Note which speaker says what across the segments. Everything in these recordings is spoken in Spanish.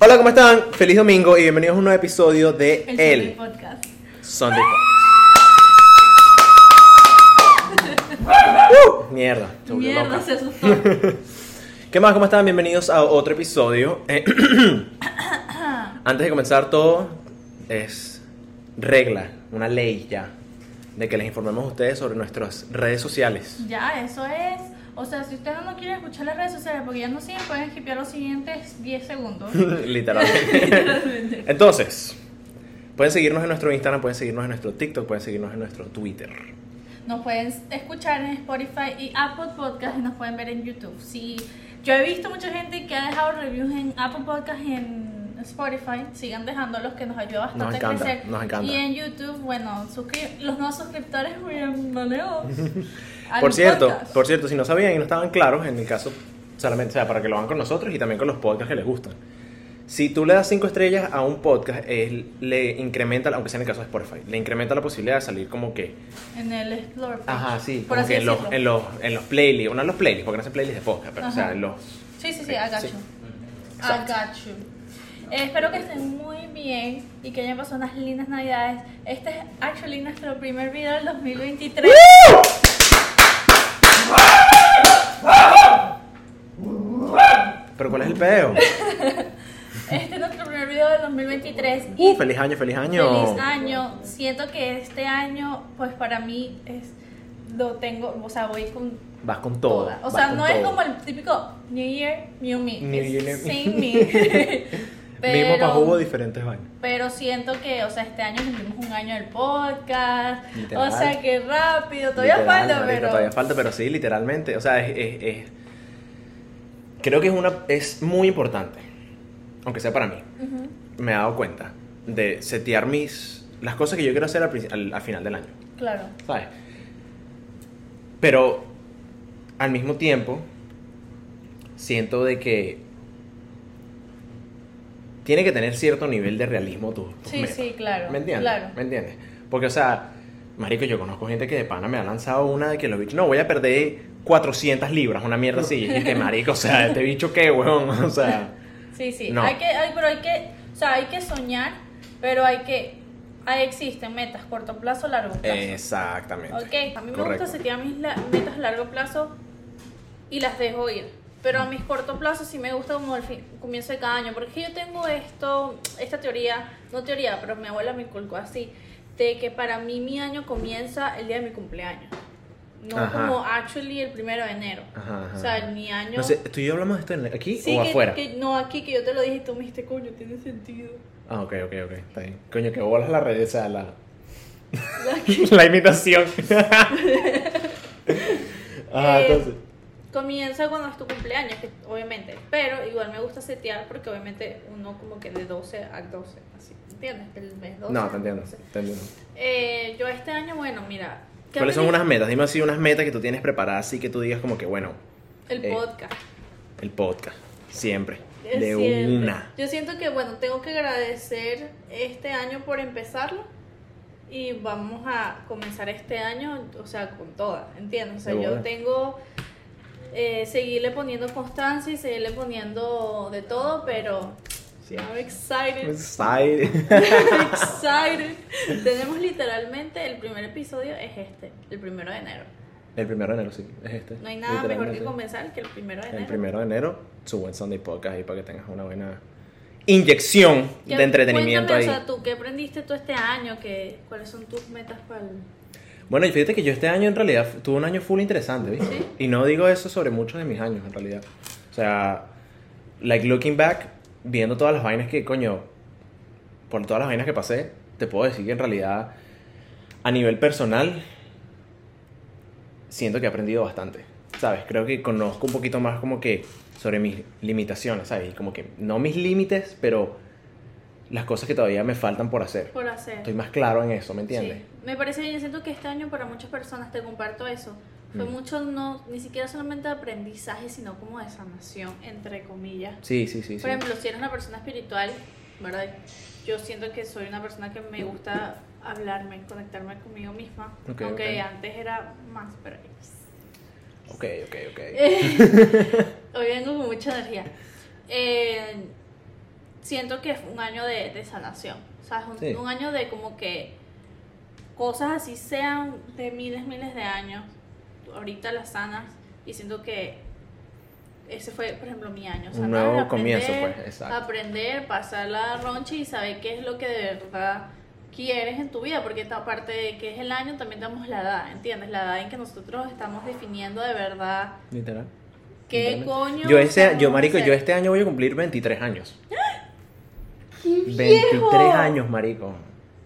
Speaker 1: Hola, ¿cómo están? Feliz domingo y bienvenidos a un nuevo episodio de
Speaker 2: El,
Speaker 1: El,
Speaker 2: Sunday Podcast.
Speaker 1: Sunday Podcast. Uh, mierda, se volvió
Speaker 2: Mierda,
Speaker 1: loca.
Speaker 2: se asustó.
Speaker 1: ¿Qué más? ¿Cómo están? Bienvenidos a otro episodio. Eh, Antes de comenzar todo, es regla, una ley ya, de que les informemos a ustedes sobre nuestras redes sociales.
Speaker 2: ya, eso es. O sea, si ustedes no quieren escuchar las redes sociales porque ya no siguen, pueden skipear los siguientes 10 segundos.
Speaker 1: Literalmente.
Speaker 2: Literalmente.
Speaker 1: Entonces, pueden seguirnos en nuestro Instagram, pueden seguirnos en nuestro TikTok, pueden seguirnos en nuestro Twitter.
Speaker 2: Nos pueden escuchar en Spotify y Apple Podcast y nos pueden ver en YouTube. Sí, yo he visto mucha gente que ha dejado reviews en Apple Podcast y en Spotify. Sigan dejándolos que nos ayuda bastante
Speaker 1: Nos encanta,
Speaker 2: a crecer.
Speaker 1: nos encanta.
Speaker 2: Y en YouTube, bueno, suscri- los nuevos suscriptores, bienvenidos. al
Speaker 1: Por cierto,
Speaker 2: podcast.
Speaker 1: por cierto, si no sabían y no estaban claros, en el caso, solamente, o sea, para que lo hagan con nosotros y también con los podcasts que les gustan. Si tú le das cinco estrellas a un podcast, él le incrementa, aunque sea en el caso de Spotify, le incrementa la posibilidad de salir como que,
Speaker 2: En el Explore. page,
Speaker 1: ajá, sí,
Speaker 2: Por
Speaker 1: como
Speaker 2: así
Speaker 1: que en los,
Speaker 2: decirlo.
Speaker 1: en los, en los playlists, uno de los playlists, porque no hacen playlists de podcast, pero o sea,
Speaker 2: Ajá.
Speaker 1: en los,
Speaker 2: Sí, sí, sí, I got
Speaker 1: Sí.
Speaker 2: you. I
Speaker 1: Exacto.
Speaker 2: got you. Eh, espero que estén muy bien y que hayan pasado unas lindas navidades. Este es actually nuestro primer video del 2023.
Speaker 1: Pero ¿cuál es el peo?
Speaker 2: Este es nuestro primer video del 2023 y
Speaker 1: Uh, feliz año, feliz año.
Speaker 2: feliz año. Siento que este año, pues para mí es lo tengo, o sea, voy con
Speaker 1: Vas con todo.
Speaker 2: toda. O
Speaker 1: vas
Speaker 2: sea,
Speaker 1: con
Speaker 2: no es
Speaker 1: todo.
Speaker 2: como el típico New Year, New Me,
Speaker 1: New
Speaker 2: es
Speaker 1: Year, new me.
Speaker 2: same me.
Speaker 1: Mismo para
Speaker 2: Pero-
Speaker 1: hubo diferentes baños.
Speaker 2: Pero siento que, o sea, este año cumplimos un año del podcast.
Speaker 1: Literal.
Speaker 2: O sea, que rápido. Todavía
Speaker 1: Literal,
Speaker 2: falta,
Speaker 1: marica,
Speaker 2: pero.
Speaker 1: Todavía falta, pero sí, literalmente. O sea, es, es- es- Creo que es una es muy importante, aunque sea para mí.
Speaker 2: Ujú.
Speaker 1: Me he dado cuenta de setear mis... las cosas que yo quiero hacer al, princi- al- al final del año,
Speaker 2: Claro.
Speaker 1: ¿sabes? Pero al mismo tiempo, siento de que... Tiene que tener cierto nivel de realismo tú.
Speaker 2: Sí, sí, claro.
Speaker 1: ¿Me entiendes?
Speaker 2: Claro.
Speaker 1: ¿Me entiendes? Porque, o sea, marico, yo conozco gente que de pana me ha lanzado una de que los bichos, no, voy a perder 400 libras, una mierda así. Y que, marico, o sea, este bicho qué, weón, o sea...
Speaker 2: Sí, sí.
Speaker 1: No.
Speaker 2: Hay que, hay- pero hay que, o sea, hay que soñar, pero hay que. Ahí existen metas, corto plazo, largo plazo.
Speaker 1: Eh, Exactamente.
Speaker 2: Ok, a mí me
Speaker 1: Correcto.
Speaker 2: gusta setear mis la- metas a largo plazo y las dejo ir. Pero a mis corto plazos sí me gusta como el fin- comienzo de cada año. Porque yo tengo esto, esta teoría, no teoría, pero mi abuela me inculcó así, de que para mí mi año comienza el día de mi cumpleaños. No
Speaker 1: Ajá.
Speaker 2: como actually el primero de enero.
Speaker 1: Ajá, ajá.
Speaker 2: O sea, mi año...
Speaker 1: No sé, ¿tú y yo hablamos de esto en- aquí
Speaker 2: Sí,
Speaker 1: o
Speaker 2: que-
Speaker 1: afuera?
Speaker 2: que- no, aquí que yo te lo dije y tú me dijiste, coño, tiene sentido.
Speaker 1: Ah, ok, ok, ok, está bien. Coño, que bolas la red, o sea, la...
Speaker 2: La-
Speaker 1: la imitación. ah,
Speaker 2: Eh,
Speaker 1: entonces...
Speaker 2: Comienza cuando es tu cumpleaños, que- obviamente. Pero igual me gusta setear porque obviamente uno como que de 12 a 12, así. ¿Entiendes? El mes 12.
Speaker 1: No, te entiendo,
Speaker 2: 12.
Speaker 1: te entiendo.
Speaker 2: Eh, yo este año, bueno, mira. ¿qué
Speaker 1: ¿Cuáles son
Speaker 2: aprendí?
Speaker 1: unas metas? Dime así unas metas que tú tienes preparadas así que tú digas como que, bueno,
Speaker 2: El
Speaker 1: eh,
Speaker 2: podcast.
Speaker 1: el podcast, siempre,
Speaker 2: Es
Speaker 1: de
Speaker 2: siempre.
Speaker 1: una.
Speaker 2: Yo siento que, bueno, tengo que agradecer este año por empezarlo. Y vamos a comenzar este año, o sea, con toda, ¿entiendes? O sea,
Speaker 1: De
Speaker 2: yo
Speaker 1: bola.
Speaker 2: tengo. eh, seguirle poniendo constancia y seguirle poniendo de todo, pero.
Speaker 1: Sí.
Speaker 2: I'm excited.
Speaker 1: Pues, Side.
Speaker 2: excited. Tenemos literalmente el primer episodio es este, el primero de enero.
Speaker 1: El primero de enero, sí, es este.
Speaker 2: No hay nada mejor que
Speaker 1: Literalmente.
Speaker 2: comenzar que el primero de enero.
Speaker 1: El primero de enero, su buen Sunday Podcast ahí para que tengas una buena inyección
Speaker 2: ¿Qué-
Speaker 1: de entretenimiento
Speaker 2: cuéntame,
Speaker 1: ahí.
Speaker 2: O sea, tú, ¿qué aprendiste tú este año? ¿Qué, ¿Cuáles son tus metas para el...?
Speaker 1: Bueno, y fíjate que yo este año en realidad fu- tuve un año full interesante, ¿viste?
Speaker 2: Sí.
Speaker 1: Y no digo eso sobre muchos de mis años en realidad. O sea, like looking back, viendo todas las vainas que, coño, por todas las vainas que pasé, te puedo decir que en realidad, a nivel personal, siento que he aprendido bastante, ¿sabes? Creo que conozco un poquito más como que sobre mis limitaciones, ¿sabes? Y como que, no mis límites, pero las cosas que todavía me faltan por hacer.
Speaker 2: por hacer?
Speaker 1: Estoy más claro en eso, ¿me entiendes?
Speaker 2: Sí. Me parece bien, yo siento que este año para muchas personas, te comparto eso, fue
Speaker 1: Mm.
Speaker 2: mucho, no, ni siquiera solamente de aprendizaje, sino como de sanación, entre comillas.
Speaker 1: Sí, sí, sí. sí.
Speaker 2: Por ejemplo, si eres una persona espiritual, ¿verdad? Yo siento que soy una persona que me gusta hablarme, conectarme conmigo misma.
Speaker 1: Ok,
Speaker 2: aunque
Speaker 1: ok.
Speaker 2: antes era más, pero.
Speaker 1: Ok, ok, ok.
Speaker 2: Eh, hoy vengo con mucha energía. Eh, siento que es un año de, de sanación. O sea, es un,
Speaker 1: Sí.
Speaker 2: un año de como que cosas así sean de miles, miles de años. Ahorita las sanas y siento que ese fue, por ejemplo, mi año.
Speaker 1: Un
Speaker 2: sanar,
Speaker 1: nuevo comienzo, pues, exacto.
Speaker 2: Aprender, pasar la roncha y saber qué es lo que de verdad quieres en tu vida, porque esta parte de que es el año también damos la edad, ¿entiendes? La edad en que nosotros estamos definiendo de verdad
Speaker 1: Literal.
Speaker 2: qué
Speaker 1: Literalmente.
Speaker 2: coño.
Speaker 1: Yo, ese, yo,
Speaker 2: vamos a
Speaker 1: marico, yo
Speaker 2: hacer?
Speaker 1: este año voy a cumplir 23 años.
Speaker 2: ¡Qué
Speaker 1: 23 años, marico.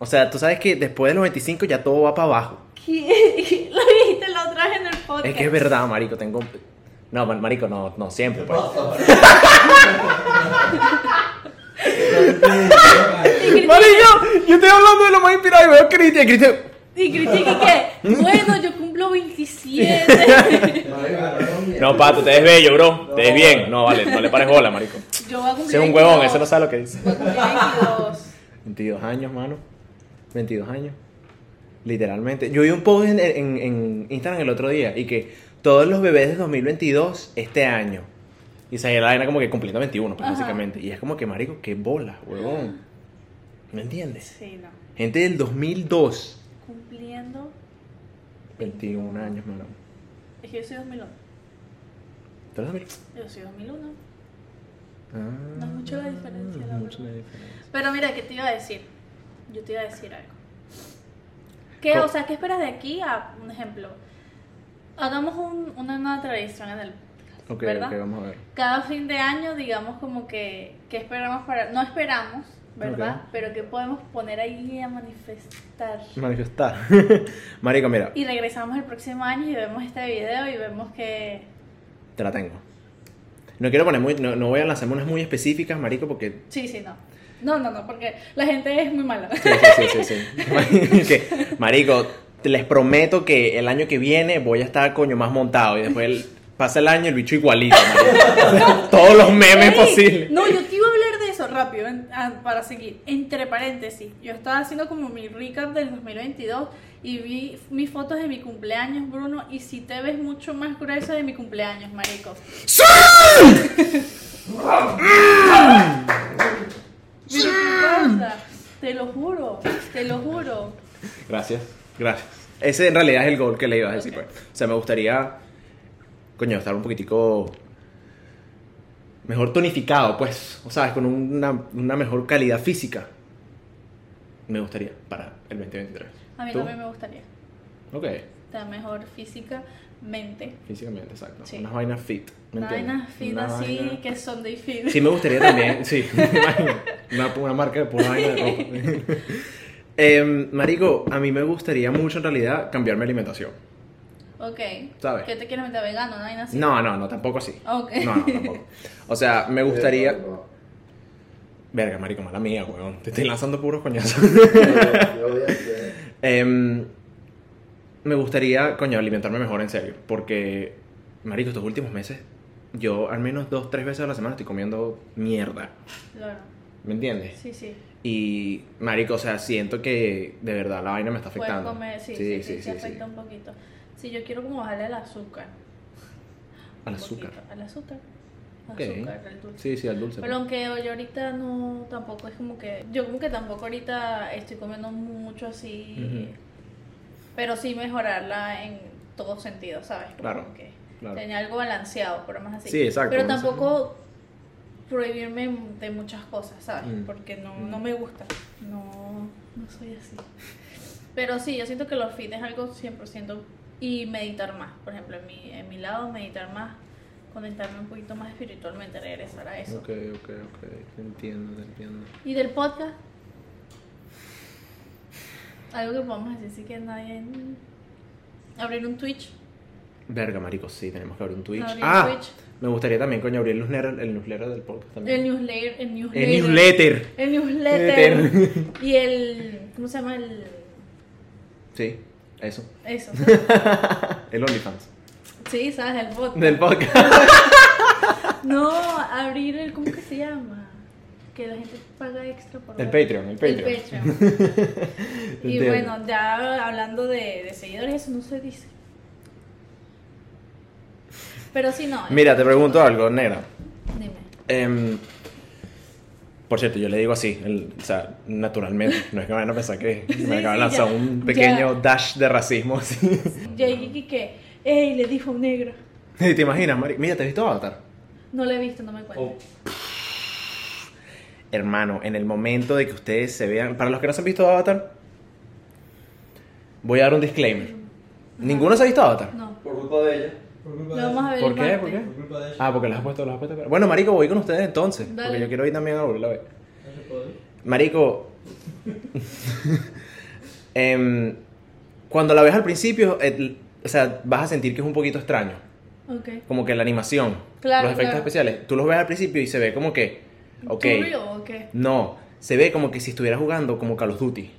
Speaker 1: O sea, tú sabes que después de los 25 ya todo va para abajo.
Speaker 2: ¿Qué? Lo dijiste la otra vez en el podcast.
Speaker 1: Es que es verdad, marico, tengo... No, mar- marico, no, no, siempre, pues.
Speaker 2: Y Cristi-
Speaker 1: Marico, yo estoy hablando de lo más inspirado y veo a Cristian, Cristian...
Speaker 2: Y critiqué que, bueno, yo cumplo 27.
Speaker 1: No, pato, te ves bello, bro. Te ves bien. No, vale, no le pares bola, marico.
Speaker 2: Yo voy a cumplir.
Speaker 1: Ese es un huevón,
Speaker 2: 22.
Speaker 1: ese no sabe lo que dice.
Speaker 2: Voy a cumplir 22.
Speaker 1: 22 años, mano. 22 años. Literalmente. Yo vi un post en, en- en Instagram el otro día y que todos los bebés de 2022 este año. Y se la vaina como que cumpliendo 21, pues,
Speaker 2: Ajá.
Speaker 1: básicamente. Y es como que, marico, qué bola, huevón. ¿Me entiendes?
Speaker 2: Sí, no.
Speaker 1: Gente del 2002.
Speaker 2: Cumpliendo.
Speaker 1: 21 años, mano.
Speaker 2: Es que yo soy 2001.
Speaker 1: ¿Tú eres 2000?
Speaker 2: Yo soy 2001.
Speaker 1: Ah,
Speaker 2: No es mucho la diferencia, la
Speaker 1: no es mucho
Speaker 2: verdad.
Speaker 1: la diferencia.
Speaker 2: Pero mira, ¿qué te iba a decir? Yo te iba a decir algo. ¿Qué,
Speaker 1: Co-
Speaker 2: o sea, ¿qué esperas de aquí a, un ejemplo, hagamos un- una nueva tradición en el
Speaker 1: Ok,
Speaker 2: ¿Verdad?
Speaker 1: ok, vamos a ver.
Speaker 2: cada fin de año, digamos como que, que esperamos para, no esperamos, ¿verdad?
Speaker 1: Ok.
Speaker 2: Pero que podemos poner ahí a manifestar.
Speaker 1: Manifestar. marico, mira,
Speaker 2: Y regresamos el próximo año y vemos este video y vemos que...
Speaker 1: te la tengo. No quiero poner muy. No, no voy a lanzarme unas muy específicas, marico, porque
Speaker 2: Sí, sí, no. No, no, no, porque la gente es muy mala.
Speaker 1: Sí, sí, sí, sí, sí. Que, marico, te- les prometo que el año que viene voy a estar coño más montado y después el- pasa el año el bicho igualito. marico. Todos los memes
Speaker 2: Ey,
Speaker 1: posibles.
Speaker 2: No, yo te iba a hablar de eso rápido, en- ah, para seguir. Entre paréntesis, yo estaba haciendo como mi recap del 2022 y vi mis fotos de mi cumpleaños, Bruno, y si te ves mucho más gruesa de mi cumpleaños, marico. ¡Sí! Te lo juro, te lo juro.
Speaker 1: Gracias, gracias. Ese en realidad es el gol que le ibas a decir.
Speaker 2: Ok.
Speaker 1: pues. O sea, me gustaría, coño, estar un poquitico mejor tonificado, pues, o sabes, con una, una mejor calidad física. Me gustaría para el 2023.
Speaker 2: A mí
Speaker 1: ¿Tú?
Speaker 2: también me gustaría.
Speaker 1: Ok,
Speaker 2: Estar mejor físicamente.
Speaker 1: físicamente, exacto.
Speaker 2: Sí.
Speaker 1: Unas vainas fit. ¿me
Speaker 2: Una
Speaker 1: entiendes?
Speaker 2: vaina fina
Speaker 1: Una
Speaker 2: así,
Speaker 1: vaina-
Speaker 2: que son de fit.
Speaker 1: Sí, me gustaría también, sí. una, una marca de pura vaina de ropa. Em, marico, a mí me gustaría mucho en realidad cambiar mi alimentación.
Speaker 2: Ok.
Speaker 1: ¿Sabes?
Speaker 2: ¿Qué te quieres meter vegano? ¿No hay nada así?
Speaker 1: No, no, no, tampoco así.
Speaker 2: Ok.
Speaker 1: No, no, tampoco. O sea, me gustaría. Verga, marico, mala mía, weón. Te estoy lanzando puros coñazos. Em, me gustaría, coño, alimentarme mejor en serio. Porque, marico, estos últimos meses, yo al menos dos, tres veces a la semana estoy comiendo mierda.
Speaker 2: Claro.
Speaker 1: ¿Me entiendes?
Speaker 2: Sí, sí.
Speaker 1: Y, marico, o sea, siento que de verdad la vaina me está
Speaker 2: Puedes
Speaker 1: afectando.
Speaker 2: comer, sí, sí, sí, sí, afecta un poquito. Sí, yo quiero como bajarle al azúcar.
Speaker 1: Al
Speaker 2: un
Speaker 1: azúcar.
Speaker 2: poquito, Al azúcar. Al
Speaker 1: Ok.
Speaker 2: azúcar, al dulce.
Speaker 1: Sí, sí, al dulce.
Speaker 2: Pero aunque yo ahorita no, tampoco es como que, yo como que tampoco ahorita estoy comiendo mucho así,
Speaker 1: Ujú.
Speaker 2: pero sí mejorarla en todos sentidos, ¿sabes? Como
Speaker 1: Claro,
Speaker 2: que
Speaker 1: claro.
Speaker 2: tener algo balanceado, por lo menos así.
Speaker 1: Sí, exacto,
Speaker 2: Pero
Speaker 1: no sé.
Speaker 2: tampoco prohibirme de muchas cosas, ¿sabes?
Speaker 1: Mm.
Speaker 2: Porque no,
Speaker 1: Mm.
Speaker 2: no me gusta, no, no soy así. Pero sí, yo siento que los fit es algo 100% y meditar más, por ejemplo, en mi, en mi lado meditar más, conectarme un poquito más espiritualmente, regresar a eso.
Speaker 1: Ok, ok, ok. Te entiendo, te entiendo.
Speaker 2: ¿Y del podcast? Algo que podamos decir, sí que nadie. Abrir un Twitch.
Speaker 1: Verga, marico, sí, tenemos que abrir un Twitch.
Speaker 2: Abrir un
Speaker 1: ah,
Speaker 2: Twitch.
Speaker 1: me gustaría también, coño, abrir el newsletter, el newsletter del podcast también.
Speaker 2: El newsletter. El newsletter.
Speaker 1: El newsletter.
Speaker 2: El newsletter.
Speaker 1: Newsletter.
Speaker 2: y el. ¿Cómo se llama el.?
Speaker 1: Sí, eso.
Speaker 2: Eso.
Speaker 1: El OnlyFans.
Speaker 2: Sí, sabes, el bot.
Speaker 1: Del podcast.
Speaker 2: No, abrir el. ¿Cómo que se llama? Que la gente paga extra por.
Speaker 1: El
Speaker 2: ver.
Speaker 1: Patreon, el Patreon.
Speaker 2: Patreon. y
Speaker 1: Entiendo.
Speaker 2: bueno, ya hablando de, de seguidores, eso no se dice. Pero sí, no. eh,
Speaker 1: Mira, te pregunto algo, negra.
Speaker 2: Dime.
Speaker 1: Em, Por cierto, yo le digo así, el- o sea, naturalmente. No es que vayan a pensar que
Speaker 2: Sí,
Speaker 1: me acaban de
Speaker 2: sí,
Speaker 1: lanzar
Speaker 2: ya,
Speaker 1: un
Speaker 2: ya.
Speaker 1: pequeño dash de racismo. así.
Speaker 2: Jake que, ey, le dijo un negro.
Speaker 1: ¿Y ¿Te imaginas, Mari? Mira, ¿te has visto Avatar?
Speaker 2: No lo he visto, no me cuento.
Speaker 3: O-
Speaker 1: Hermano, en el momento de que ustedes se vean, para los que no se han visto Avatar, voy a dar un disclaimer. ¿Ninguno se ha visto Avatar?
Speaker 2: No,
Speaker 3: por culpa de ella. Por culpa
Speaker 2: lo
Speaker 3: de
Speaker 2: vamos a ver.
Speaker 1: Oh. ¿Por
Speaker 2: el
Speaker 1: qué?
Speaker 2: martes.
Speaker 1: ¿Por qué?
Speaker 3: Por culpa de ella.
Speaker 1: Ah, porque las has puesto, las has puesto. Bueno, marico, voy con ustedes entonces,
Speaker 2: Dale.
Speaker 1: porque yo quiero ir también a volverla a ver.
Speaker 3: No se puede.
Speaker 1: Marico, em, cuando la ves al principio, el- o sea, vas a sentir que es un poquito extraño.
Speaker 2: Ok.
Speaker 1: Como que la animación,
Speaker 2: Claro,
Speaker 1: los efectos
Speaker 2: claro.
Speaker 1: especiales. Tú los ves al principio y se ve como que, ok,
Speaker 2: ¿Tú real o qué?
Speaker 1: no, se ve como que si estuviera jugando como Call of Duty.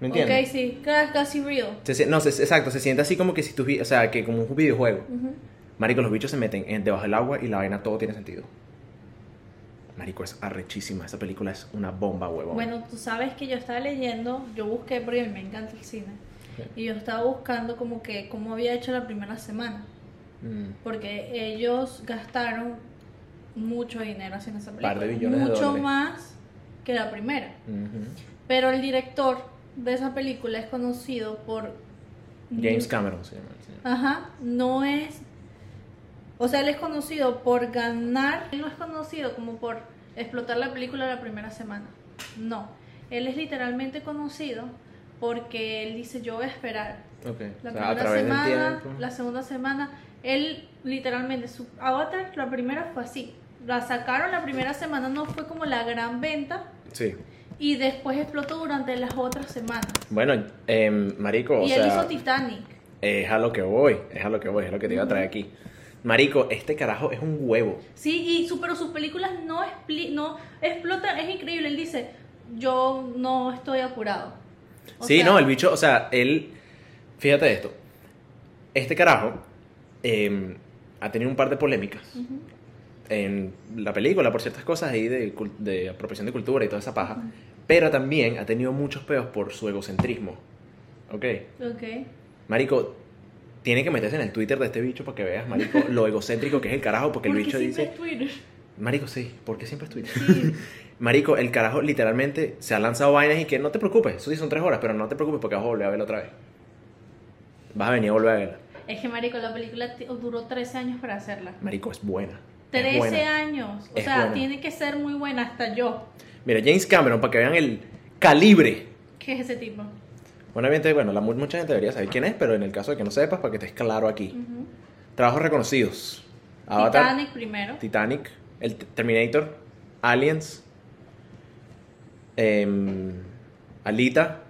Speaker 1: ¿Me entiendes?
Speaker 2: Ok, sí, ca- casi real.
Speaker 1: Se sie- no, se- exacto, se siente así como que si estuviera, o sea, que como un videojuego.
Speaker 2: Ujú.
Speaker 1: Marico, los bichos se meten en- debajo del agua y la vaina todo tiene sentido. Marico, es arrechísima. Esa película es una bomba, huevón.
Speaker 2: Bueno, tú sabes que yo estaba leyendo, yo busqué, porque a mí me encanta el cine, y yo estaba buscando como que cómo había hecho la primera semana,
Speaker 1: Mm.
Speaker 2: porque ellos gastaron mucho dinero haciendo esa película,
Speaker 1: Par de billones de
Speaker 2: mucho
Speaker 1: dólares.
Speaker 2: más que la primera.
Speaker 1: Ujú.
Speaker 2: Pero el director de esa película es conocido por
Speaker 1: James Cameron se llama. el señor.
Speaker 2: Ajá, no es. O sea, él es conocido por ganar. Él no es conocido como por explotar la película la primera semana. No. Él es literalmente conocido porque él dice: Yo voy a esperar.
Speaker 1: Ok.
Speaker 2: La
Speaker 1: O sea, a
Speaker 2: primera
Speaker 1: través del
Speaker 2: semana,
Speaker 1: tiempo.
Speaker 2: la segunda semana. Él literalmente, su Avatar, la primera fue así. La sacaron la primera semana, no fue como la gran venta.
Speaker 1: Sí.
Speaker 2: Y después explotó durante las otras semanas.
Speaker 1: Bueno, em, Marico, o
Speaker 2: y él
Speaker 1: sea,
Speaker 2: hizo Titanic.
Speaker 1: es a lo que voy. Es a lo que voy. Es lo que te iba a traer aquí. Marico, este carajo es un huevo.
Speaker 2: Sí, y su, pero sus películas no, expli- no explotan, es increíble. Él dice, yo no estoy apurado. O
Speaker 1: sí,
Speaker 2: sea,
Speaker 1: no, el bicho, o sea, él. Fíjate esto. Este carajo em, ha tenido un par de polémicas
Speaker 2: Ujú.
Speaker 1: en la película por ciertas cosas ahí de, cul- de apropiación de cultura y toda esa paja. Pero también ha tenido muchos peos por su egocentrismo. Ok.
Speaker 2: Ok.
Speaker 1: Marico, tiene que meterse en el Twitter de este bicho para que veas, Marico, lo egocéntrico que es el carajo, porque el
Speaker 2: Porque
Speaker 1: bicho
Speaker 2: siempre
Speaker 1: dice.
Speaker 2: es Twitter.
Speaker 1: Marico, sí, porque siempre es Twitter.
Speaker 2: Sí.
Speaker 1: Marico, el carajo literalmente se ha lanzado vainas y que no te preocupes, eso sí son tres horas, pero no te preocupes porque vas a volver a verla otra vez. Vas a venir a volver a verla.
Speaker 2: es que, Marico, la película t- duró 13 años para hacerla.
Speaker 1: Marico, es buena. es
Speaker 2: 13
Speaker 1: buena.
Speaker 2: años. O
Speaker 1: Es
Speaker 2: sea,
Speaker 1: buena.
Speaker 2: tiene que ser muy buena hasta yo.
Speaker 1: Mira, James Cameron, para que vean el calibre.
Speaker 2: ¿Qué es ese tipo?
Speaker 1: Bueno, obviamente, bueno, la, mu- mucha gente debería saber quién es, pero en el caso de que no sepas, para que estés claro aquí.
Speaker 2: Ujú.
Speaker 1: Trabajos reconocidos. Avatar,
Speaker 2: Titanic primero.
Speaker 1: Titanic, el T- Terminator, Aliens, em, Alita,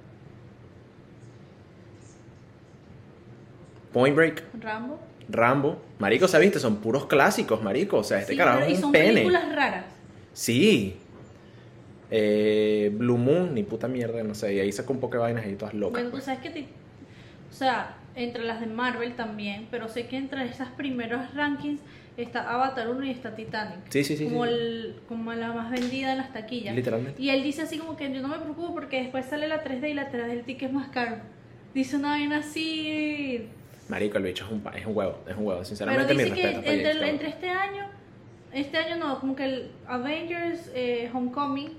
Speaker 1: Point Break,
Speaker 2: Rambo.
Speaker 1: Rambo. Marico, ¿se viste? Son puros clásicos, marico. O sea, este
Speaker 2: Sí,
Speaker 1: carajo
Speaker 2: pero- y
Speaker 1: es
Speaker 2: son
Speaker 1: un pene.
Speaker 2: películas raras.
Speaker 1: Sí. Eh, Blue Moon, ni puta mierda, no sé. Y ahí sacó un poco de vainas ahí todas locas.
Speaker 2: Bueno, tú
Speaker 1: pues.
Speaker 2: sabes que, ti- o sea, entre las de Marvel también, pero sé que entre esas primeros rankings está Avatar 1 y está Titanic.
Speaker 1: Sí, sí, sí.
Speaker 2: como,
Speaker 1: sí.
Speaker 2: el- como la más vendida en las taquillas.
Speaker 1: Literalmente.
Speaker 2: Y él dice así como que yo no me preocupo porque después sale la 3D y la 3D el ticket es más caro. Dice una vaina así.
Speaker 1: Marico, el bicho es un, pa- es un huevo, es un huevo.
Speaker 2: Pero
Speaker 1: Sinceramente, mi
Speaker 2: dice que
Speaker 1: respeto. para
Speaker 2: entre,
Speaker 1: James Cameron.
Speaker 2: entre este año, este año no, como que el Avengers eh, Homecoming,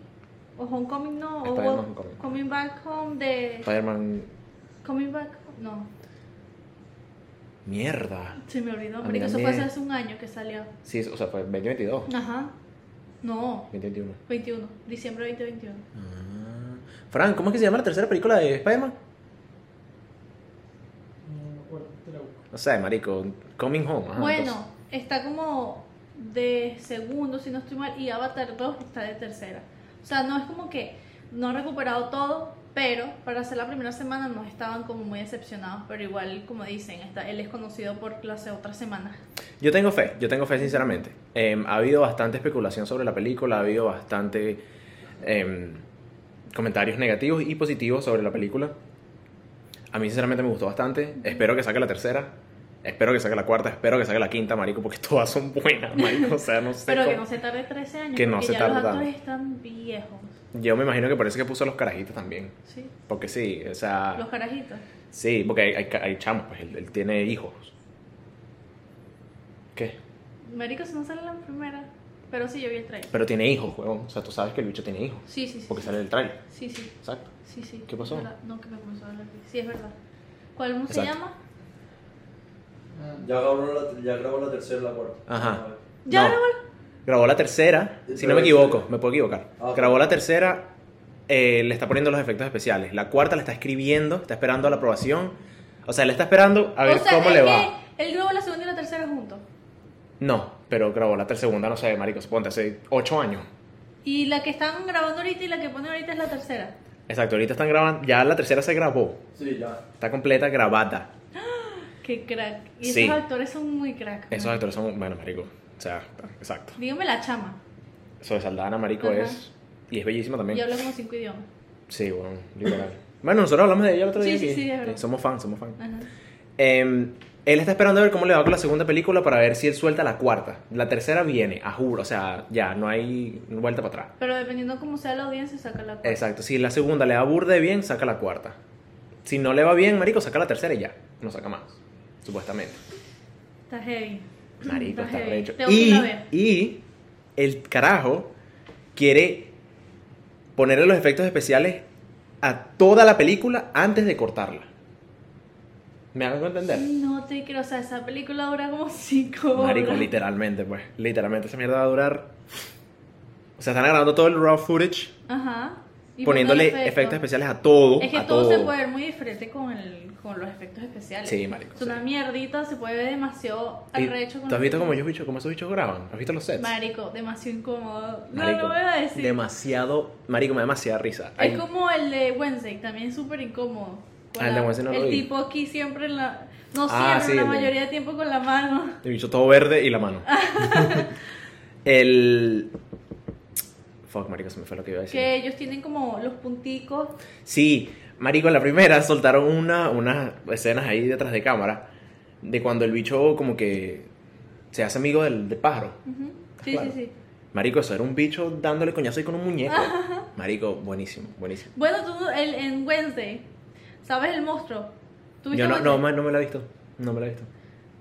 Speaker 2: o Homecoming no, o
Speaker 1: Spider-Man
Speaker 2: What-
Speaker 1: Homecoming.
Speaker 2: Coming Back Home de...
Speaker 1: Spider-Man,
Speaker 2: Coming Back Home, no.
Speaker 1: mierda.
Speaker 2: Se me olvidó,
Speaker 1: A
Speaker 2: porque
Speaker 1: mí
Speaker 2: eso fue
Speaker 1: también.
Speaker 2: hace un año que salió.
Speaker 1: Sí, o sea, fue 2022.
Speaker 2: Ajá. No,
Speaker 1: 2021.
Speaker 2: 21, diciembre 2021.
Speaker 1: Ah. Fran, ¿cómo es que se llama la tercera película de Spider-Man?
Speaker 3: No me acuerdo, te la busco.
Speaker 1: No sé, marico. Coming Home. ajá,
Speaker 2: bueno,
Speaker 1: entonces.
Speaker 2: está como de segundo, si no estoy mal, y Avatar 2 está de tercera. O sea, no es como que no ha recuperado todo, pero para hacer la primera semana no estaban como muy decepcionados, pero igual, como dicen, está, él es conocido por las otras semanas.
Speaker 1: Yo tengo fe, yo tengo fe sinceramente. Em, ha habido bastante especulación sobre la película, ha habido bastante em, comentarios negativos y positivos sobre la película. A mí sinceramente me gustó bastante. Espero que saque la tercera, espero que saque la cuarta, espero que saque la quinta, marico, porque todas son buenas, marico. O sea, no sé.
Speaker 2: Pero que
Speaker 1: cómo-
Speaker 2: no se tarde 13 años,
Speaker 1: Que no
Speaker 2: porque
Speaker 1: se
Speaker 2: ya
Speaker 1: tarde
Speaker 2: los actores
Speaker 1: tanto.
Speaker 2: están viejos,
Speaker 1: Yo me imagino que parece que puso a los carajitos también.
Speaker 2: ¿sí?
Speaker 1: Porque sí, o sea...
Speaker 2: Los carajitos.
Speaker 1: Sí, porque hay, hay ca- hay chamos, pues él, él tiene hijos. ¿Qué?
Speaker 2: Marico, si no sale la primera. Pero sí, yo vi el trailer.
Speaker 1: Pero tiene hijos, huevón. O sea, tú sabes que el bicho tiene hijos.
Speaker 2: Sí, sí, sí.
Speaker 1: Porque
Speaker 2: sí.
Speaker 1: sale en el trailer.
Speaker 2: Sí, sí,
Speaker 1: Exacto.
Speaker 2: sí, sí.
Speaker 1: ¿Qué pasó?
Speaker 2: Es verdad. No, que me comenzó a hablar. Sí, es verdad. ¿Cuál cómo se
Speaker 1: Exacto.
Speaker 2: llama?
Speaker 3: Ah,
Speaker 4: Ya grabó la, ya grabó la tercera y la cuarta.
Speaker 1: Ajá.
Speaker 2: Ya,
Speaker 1: No.
Speaker 2: no.
Speaker 1: Grabó la tercera, si no me equivoco, me puedo equivocar.
Speaker 4: Ah, ok.
Speaker 1: Grabó la tercera, eh, le está poniendo los efectos especiales. La cuarta la está escribiendo, está esperando a la aprobación. O sea, le está esperando a ver
Speaker 2: o sea,
Speaker 1: cómo
Speaker 2: es
Speaker 1: le
Speaker 2: que
Speaker 1: va.
Speaker 2: El grupo, la segunda y la tercera juntos.
Speaker 1: No, pero grabó la tercera, segunda, no sé, marico, suponte, hace ocho años.
Speaker 2: Y la que están grabando ahorita y la que ponen ahorita es la tercera.
Speaker 1: Exacto, ahorita están grabando, ya la tercera se grabó,
Speaker 4: Sí, ya.
Speaker 1: está completa, grabada.
Speaker 2: Qué crack. Y
Speaker 1: Sí.
Speaker 2: esos actores son muy crack.
Speaker 1: Esos
Speaker 2: man.
Speaker 1: actores son, bueno, marico, o sea, exacto.
Speaker 2: Dígame la chama.
Speaker 1: Eso de Saldana, marico,
Speaker 2: Ajá.
Speaker 1: es... Y es bellísima también.
Speaker 2: Yo hablo como cinco idiomas.
Speaker 1: Sí, bueno, literal. bueno, nosotros hablamos de ella el otro
Speaker 2: Sí,
Speaker 1: día.
Speaker 2: sí,
Speaker 1: aquí.
Speaker 2: sí, es verdad.
Speaker 1: Somos fans, somos fans.
Speaker 2: Ajá.
Speaker 1: Eh, él está esperando a ver cómo le va con la segunda película para ver si él suelta la cuarta. La tercera viene, a juro. O sea, ya, no hay vuelta para atrás.
Speaker 2: Pero dependiendo cómo sea la audiencia, saca la cuarta.
Speaker 1: Exacto. Si la segunda le va burde bien, saca la cuarta. Si no le va bien, marico, saca la tercera y ya. No saca más. Supuestamente.
Speaker 2: Está heavy.
Speaker 1: Marico, está
Speaker 2: heavy.
Speaker 1: recho.
Speaker 2: Tengo que
Speaker 1: Y,
Speaker 2: ir a ver.
Speaker 1: y el carajo quiere ponerle los efectos especiales a toda la película antes de cortarla. ¿Me hago entender?
Speaker 2: No te creo, o sea, esa película dura como cinco horas.
Speaker 1: Marico, literalmente, pues. Literalmente, esa mierda va a durar. O sea, están grabando todo el raw footage,
Speaker 2: Ajá. Y
Speaker 1: poniéndole
Speaker 2: ponen
Speaker 1: efectos. especiales a todo.
Speaker 2: Es
Speaker 1: a
Speaker 2: que todo, se puede ver muy diferente con, el, con los efectos especiales.
Speaker 1: Sí, marico.
Speaker 2: Es
Speaker 1: sí.
Speaker 2: una mierdita, se puede ver demasiado
Speaker 1: Y
Speaker 2: arrecho. con
Speaker 1: ¿Tú has
Speaker 2: los
Speaker 1: visto cómo
Speaker 2: efectos.
Speaker 1: ellos bichos, cómo esos bichos graban? ¿Has visto los sets?
Speaker 2: Marico, demasiado incómodo.
Speaker 1: Marico,
Speaker 2: no lo voy a decir.
Speaker 1: Demasiado. Marico, me da demasiada risa. Ay,
Speaker 2: Es como el de Wednesday, también es súper incómodo. Con
Speaker 1: Ah, el de
Speaker 2: la-
Speaker 1: Wednesday no lo vi.
Speaker 2: tipo aquí siempre en la. No
Speaker 1: Ah,
Speaker 2: siempre,
Speaker 1: sí,
Speaker 2: la
Speaker 1: el de-
Speaker 2: mayoría del tiempo con la mano.
Speaker 1: El bicho todo verde y la mano. el. Fuck, marico, se me fue lo que iba a decir.
Speaker 2: Que ellos tienen como los punticos.
Speaker 1: Sí, marico, en la primera soltaron una, unas escenas ahí detrás de cámara de cuando el bicho como que se hace amigo del, del pájaro.
Speaker 2: Ujú. Sí,
Speaker 1: Claro.
Speaker 2: sí, sí.
Speaker 1: Marico, eso era un bicho dándole coñazo ahí con un muñeco. Marico, buenísimo, buenísimo.
Speaker 2: Bueno, tú el, en Wednesday, ¿sabes el monstruo? ¿Tú viste
Speaker 1: Yo no,
Speaker 2: Wednesday?
Speaker 1: no, ma- no me la he visto. No me la he visto.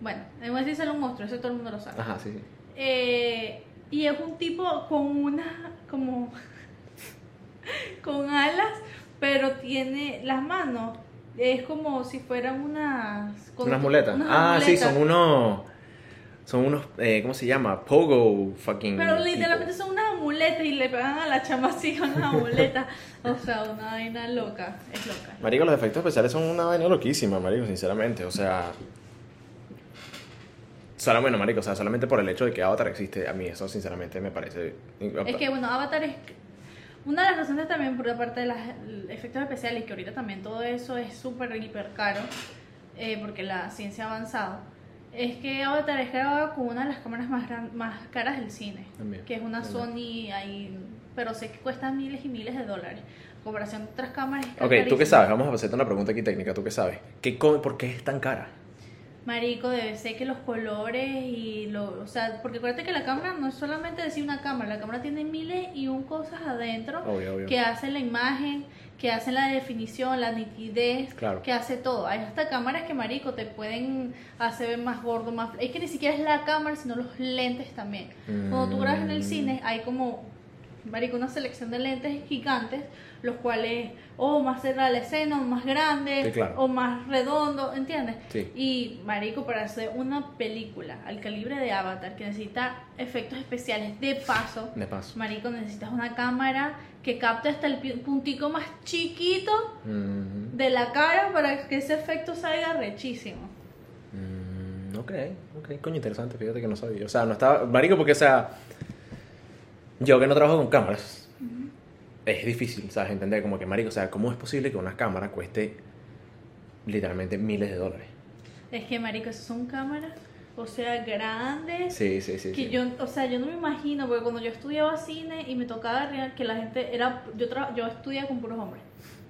Speaker 2: Bueno, en Wednesday sale un monstruo, eso todo el mundo lo sabe.
Speaker 1: Ajá, sí, sí.
Speaker 2: Eh, y es un tipo con una. como. con alas, pero tiene las manos. Es como si fueran unas. con-
Speaker 1: Unas muletas.
Speaker 2: unas
Speaker 1: ah, sí,
Speaker 2: muletas.
Speaker 1: son unos. Son unos. eh, ¿Cómo se llama? Pogo fucking.
Speaker 2: Pero
Speaker 1: tipo.
Speaker 2: literalmente son unas amuletas y le pegan a la chama así con las amuletas. O sea, una vaina loca. Es loca.
Speaker 1: Marico, los efectos especiales son una vaina loquísima, marico, sinceramente. O sea. Solo, bueno, marico, o sea, solamente por el hecho de que Avatar existe, a mí eso sinceramente me parece.
Speaker 2: Es que bueno, Avatar es. Una de las razones también, por aparte de los efectos especiales, que ahorita también todo eso es súper hiper caro, eh, porque la ciencia ha avanzado, es que Avatar es grabado con una de las cámaras más, gran- más caras del cine,
Speaker 1: También,
Speaker 2: que es una
Speaker 1: también.
Speaker 2: Sony, ahí, pero sé que cuesta miles y miles de dólares. En comparación de otras cámaras. es
Speaker 1: Ok, ¿tú qué
Speaker 2: carísima.
Speaker 1: sabes? Vamos a hacerte una pregunta aquí técnica, ¿tú qué sabes? ¿Qué co- ¿Por qué es tan cara?
Speaker 2: Marico, debe ser que los colores y lo. O sea, porque acuérdate que la cámara no es solamente decir una cámara, la cámara tiene miles y un cosas adentro
Speaker 1: Obvio, obvio.
Speaker 2: que hacen la imagen, que hacen la definición, la nitidez,
Speaker 1: Claro.
Speaker 2: que hace todo. Hay hasta cámaras que, marico, te pueden hacer ver más gordo, más. Es que ni siquiera es la cámara, sino los lentes también. Cuando tú grabas en el
Speaker 1: Mm.
Speaker 2: cine, hay como, marico, una selección de lentes gigantes, los cuales, o más cerrada la escena, o más grande,
Speaker 1: Sí, claro.
Speaker 2: o más redondo, ¿entiendes?
Speaker 1: Sí.
Speaker 2: Y, marico, para hacer una película al calibre de Avatar, que necesita efectos especiales de paso,
Speaker 1: De paso.
Speaker 2: marico, necesitas una cámara que capte hasta el pi- puntico más chiquito
Speaker 1: Mm,
Speaker 2: de la cara para que ese efecto salga rechísimo.
Speaker 1: mm, ok, ok, coño, interesante, fíjate que no sabía. O sea, no estaba. Marico, porque, o sea. Yo que no trabajo con cámaras, es difícil, ¿sabes? Entender como que, marico, o sea, ¿cómo es posible que una cámara cueste literalmente miles de dólares?
Speaker 2: Es que, marico, esas son cámaras, o sea, grandes.
Speaker 1: Sí, sí, sí.
Speaker 2: que
Speaker 1: sí.
Speaker 2: yo, o sea, yo no me imagino, porque cuando yo estudiaba cine y me tocaba real que la gente era, yo tra- yo estudiaba con puros hombres,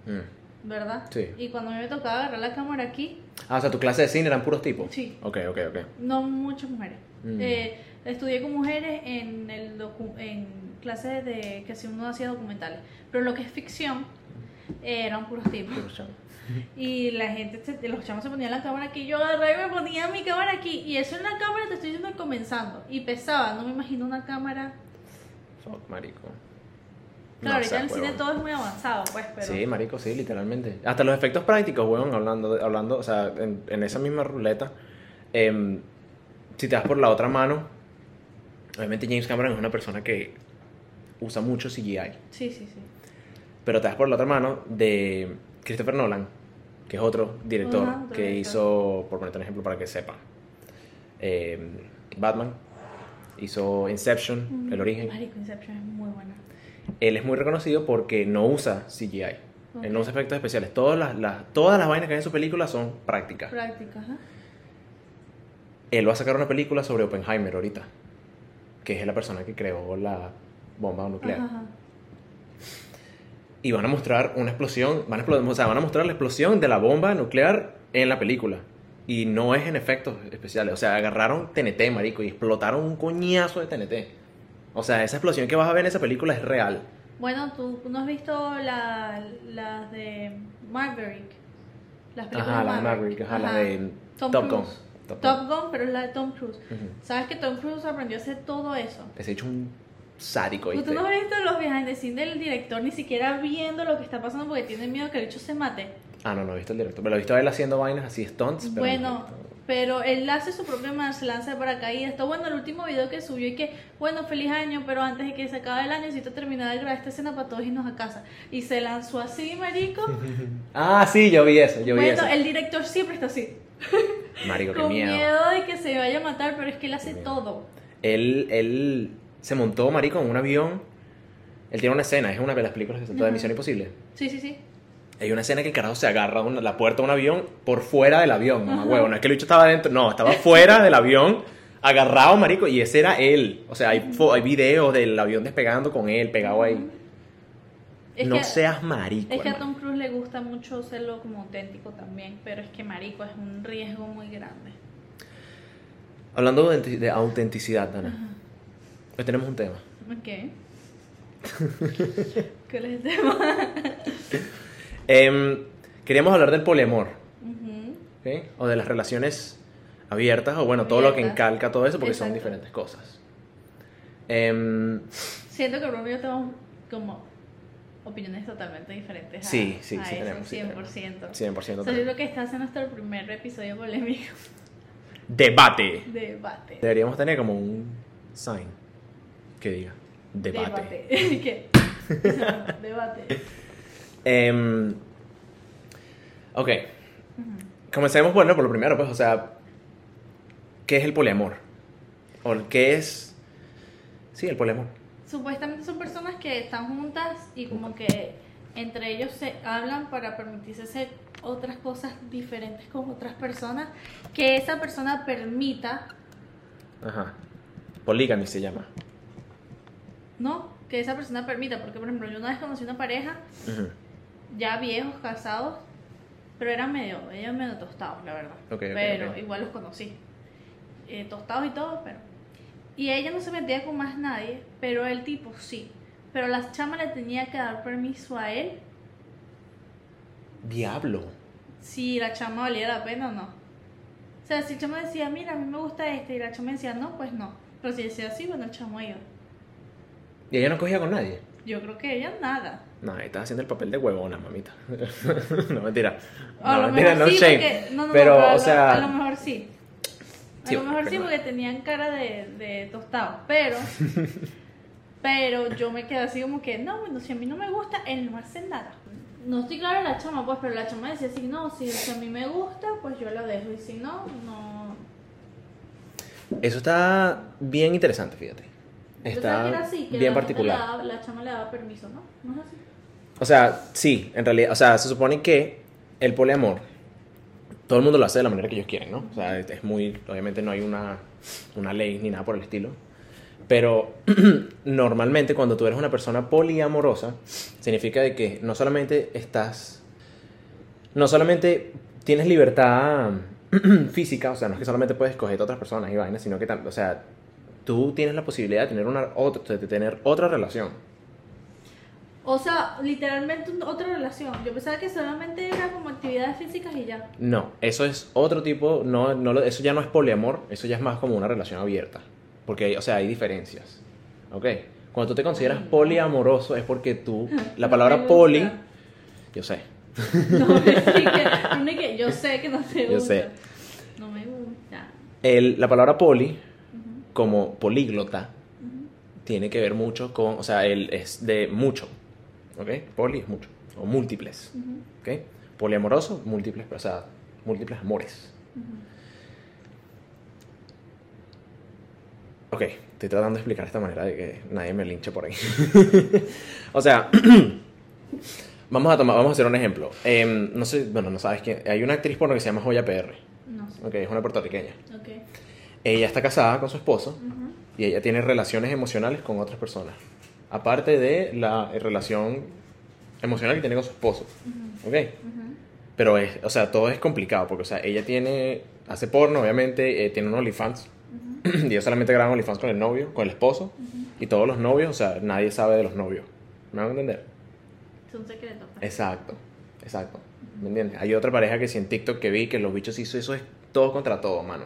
Speaker 1: Mm.
Speaker 2: ¿verdad?
Speaker 1: Sí.
Speaker 2: Y cuando a mí me tocaba agarrar la cámara aquí,
Speaker 1: Ah, o sea, tu clase de cine eran puros tipos.
Speaker 2: Sí.
Speaker 1: Ok, ok, ok.
Speaker 2: no muchas mujeres.
Speaker 1: Mm.
Speaker 2: Eh, estudié con mujeres en el docu- en clases de que si uno hacía documentales, pero lo que es ficción eh, eran puros tipos.
Speaker 1: Puros chamos.
Speaker 2: Y la gente, se- los chamos se ponían la cámara aquí, yo agarré y me ponía mi cámara aquí. Y eso en la cámara te estoy diciendo comenzando. Y pesaba, no me imagino una cámara
Speaker 1: Fuck, marico.
Speaker 2: Claro,
Speaker 1: No sé,
Speaker 2: ahorita en el cine
Speaker 1: huevón.
Speaker 2: todo es muy avanzado, pues, pero.
Speaker 1: Sí, marico, sí, literalmente. Hasta los efectos prácticos, weón, hablando, de- hablando o sea, en, en esa misma ruleta. em, si te das por la otra mano, obviamente James Cameron es una persona que usa mucho CGI.
Speaker 2: Sí, sí, sí.
Speaker 1: Pero te das por la otra mano de Christopher Nolan, que es otro director
Speaker 2: Ajá, otro
Speaker 1: que
Speaker 2: director.
Speaker 1: hizo, por ponerte un ejemplo para que sepan, em, Batman, hizo Inception, El Origen.
Speaker 2: Marico Inception es muy buena.
Speaker 1: Él es muy reconocido porque no usa CGI. Él no usa efectos especiales. Todas las, las- todas las vainas que hay en su película son prácticas.
Speaker 2: Práctica, ajá.
Speaker 1: Él va a sacar una película sobre Oppenheimer ahorita, que es la persona que creó la bomba nuclear.
Speaker 2: Ajá, ajá.
Speaker 1: Y van a mostrar una explosión, van a, explo- o sea, van a mostrar la explosión de la bomba nuclear en la película. Y no es en efectos especiales. O sea, agarraron TNT, marico, y explotaron un coñazo de TNT. O sea, esa explosión que vas a ver en esa película es real.
Speaker 2: Bueno, tú no has visto la- las de Maverick. Las películas
Speaker 1: Ajá,
Speaker 2: de
Speaker 1: la de Maverick, ajá, la de
Speaker 2: Tom
Speaker 1: Top Gun.
Speaker 2: Cruise.
Speaker 1: Top Gun.
Speaker 2: Top Gun, pero es la de Tom Cruise.
Speaker 1: Ujú.
Speaker 2: ¿Sabes que Tom Cruise aprendió a hacer todo eso?
Speaker 1: Ese hecho un sádico,
Speaker 2: Tú
Speaker 1: ¿viste?
Speaker 2: no has visto los behind the scenes del director ni siquiera viendo lo que está pasando porque tiene miedo que el hecho se mate.
Speaker 1: Ah, no, no he visto el director. Me lo he visto a él haciendo vainas así, stunts. Pero
Speaker 2: Bueno,
Speaker 1: no he visto.
Speaker 2: pero él hace su propio mar- se lanza de paracaídas. Está bueno el último video que subió y que, bueno, feliz año, pero antes de que se acabe el año, necesito terminar de grabar esta escena para todos irnos a casa. Y se lanzó así, marico.
Speaker 1: Ah, sí, yo vi eso, yo vi
Speaker 2: bueno,
Speaker 1: eso.
Speaker 2: el director siempre está así,
Speaker 1: Marico, qué
Speaker 2: con miedo.
Speaker 1: miedo.
Speaker 2: de que se vaya a matar, pero es que él hace
Speaker 1: miedo.
Speaker 2: todo.
Speaker 1: Él, él se montó, marico, en un avión. Él tiene una escena, es una de las películas que se trata de
Speaker 2: Ajá.
Speaker 1: Misión Imposible.
Speaker 2: Sí, sí, sí.
Speaker 1: Hay una escena que el carajo se agarra a una- la puerta de un avión por fuera del avión, mamá huevo. No es que el bicho estaba dentro, no, estaba fuera del avión, agarrado, marico, y ese era él. O sea, hay, fo- hay videos del avión despegando con él, pegado ahí.
Speaker 2: Es
Speaker 1: no
Speaker 2: que,
Speaker 1: seas marico.
Speaker 2: Es que a
Speaker 1: hermano.
Speaker 2: Tom Cruise le gusta mucho serlo como auténtico también, pero es que marico es un riesgo muy grande.
Speaker 1: Hablando de, autenti- de autenticidad, Dana. Hoy tenemos un tema.
Speaker 2: Ok. ¿Cuál es el tema?
Speaker 1: Em, queríamos hablar del poliamor,
Speaker 2: Ujú.
Speaker 1: ¿ok? O de las relaciones abiertas, o bueno, todo lo que
Speaker 2: Abiertas.
Speaker 1: encalca todo eso, porque son
Speaker 2: Exacto.
Speaker 1: diferentes cosas. Em,
Speaker 2: Siento que Bruno y yo tenemos como opiniones totalmente diferentes. a-
Speaker 1: Sí, sí,
Speaker 2: a
Speaker 1: sí
Speaker 2: eso,
Speaker 1: tenemos, sí
Speaker 2: 100%.
Speaker 1: 100%
Speaker 2: O sea, yo creo que está haciendo nuestro primer episodio polémico
Speaker 1: debate.
Speaker 2: de debate.
Speaker 1: Deberíamos tener como un sign que diga debate.
Speaker 2: Debate. ¿Qué? debate.
Speaker 1: Em, ok. Comencemos, bueno, por lo primero, pues, o sea, ¿qué es el poliamor? ¿O el qué es... Sí, el poliamor.
Speaker 2: Supuestamente son personas que están juntas y como que entre ellos se hablan para permitirse hacer otras cosas diferentes con otras personas que esa persona permita,
Speaker 1: Ajá. Polígamy se llama.
Speaker 2: ¿no? Que esa persona permita, porque por ejemplo yo una vez conocí una pareja
Speaker 1: Ujú.
Speaker 2: ya viejos, casados, pero eran medio, ellos medio tostados, la verdad.
Speaker 1: Ok, ok,
Speaker 2: pero
Speaker 1: ok.
Speaker 2: igual los conocí. Eh, tostados y todo, pero. Y ella no se metía con más nadie, pero el tipo sí. Pero las chamas le tenía que dar permiso a él
Speaker 1: Diablo.
Speaker 2: si la chama valía la pena o no. O sea, si el chamo decía, mira, a mí me gusta este, y la chama decía, no, pues no. Pero si decía sí, bueno, el chamo iba.
Speaker 1: Y ella no cogía con nadie.
Speaker 2: Yo creo que ella nada.
Speaker 1: No, ahí estás haciendo el papel de huevona, mamita. no, mentira.
Speaker 2: A
Speaker 1: No,
Speaker 2: lo
Speaker 1: mentira,
Speaker 2: mejor
Speaker 1: no
Speaker 2: sí,
Speaker 1: shame.
Speaker 2: porque- no, no, no,
Speaker 1: pero,
Speaker 2: a
Speaker 1: o
Speaker 2: lo-
Speaker 1: sea...
Speaker 2: a lo mejor sí. A
Speaker 1: Sí,
Speaker 2: lo mejor
Speaker 1: porque
Speaker 2: sí,
Speaker 1: no.
Speaker 2: porque tenían cara de, de tostado. Pero, pero yo me quedé así como que, no, bueno, si a mí no me gusta, él no hace nada. No estoy clara de la chama, pues, pero la chama decía así, no, si, si a mí me gusta, pues yo lo dejo. Y si no, no.
Speaker 1: Eso está bien interesante, fíjate.
Speaker 2: Yo sabía que
Speaker 1: Está
Speaker 2: era así,
Speaker 1: bien
Speaker 2: que la gente le
Speaker 1: particular.
Speaker 2: daba- la chama le daba permiso, ¿no? No es así.
Speaker 1: O sea, sí, en realidad, o sea, se supone que el poliamor, todo el mundo lo hace de la manera que ellos quieren, ¿no? O sea, es es muy, obviamente no hay una, una ley ni nada por el estilo. Pero normalmente cuando tú eres una persona poliamorosa, significa de que no solamente estás, no solamente tienes libertad física, o sea, no es que solamente puedes escoger a otras personas y vainas, sino que, tam- o sea, tú tienes la posibilidad de tener, una, otra, de tener otra relación.
Speaker 2: O sea, literalmente un- otra relación. Yo pensaba que solamente era como actividades físicas y ya.
Speaker 1: No, eso es otro tipo, no, no, lo- eso ya no es poliamor, eso ya es más como una relación abierta, porque, hay- o sea, hay diferencias, ¿ok? Cuando tú te consideras poliamoroso es porque tú, la palabra poli, yo sé,
Speaker 2: No me digas, no me digas, yo sé que no te gusta.
Speaker 1: Yo sé.
Speaker 2: No me gusta.
Speaker 1: el- la palabra poli como políglota tiene que ver mucho con, o sea, el, es de mucho, ¿ok? Poli es mucho, o múltiples, ¿ok? Poliamoroso, múltiples, o sea, múltiples amores. Ok, estoy tratando de explicar esta manera de que nadie me linche por ahí. o sea, vamos a tomar, vamos a hacer un ejemplo. Em, no sé, bueno, no sabes quién. Hay una actriz porno que se llama Joya PR.
Speaker 2: No sé.
Speaker 1: Ok, es una puertorriqueña.
Speaker 2: Ok.
Speaker 1: Ella está casada con su esposo
Speaker 2: Ujú.
Speaker 1: y ella tiene relaciones emocionales con otras personas. Aparte de la relación emocional que tiene con su esposo. ¿Ok?
Speaker 2: Ujú.
Speaker 1: Pero es, o sea, todo es complicado porque, o sea, ella tiene, hace porno, obviamente, eh, tiene un OnlyFans. y ella solamente graba OnlyFans con el novio, con el esposo. Y todos los novios, o sea, nadie sabe de los novios. ¿Me van a entender?
Speaker 2: Es un secreto. pues.
Speaker 1: Exacto, exacto. ¿Me entiendes? Hay otra pareja que sí en TikTok que vi que los bichos hizo eso es todo contra todo, mano.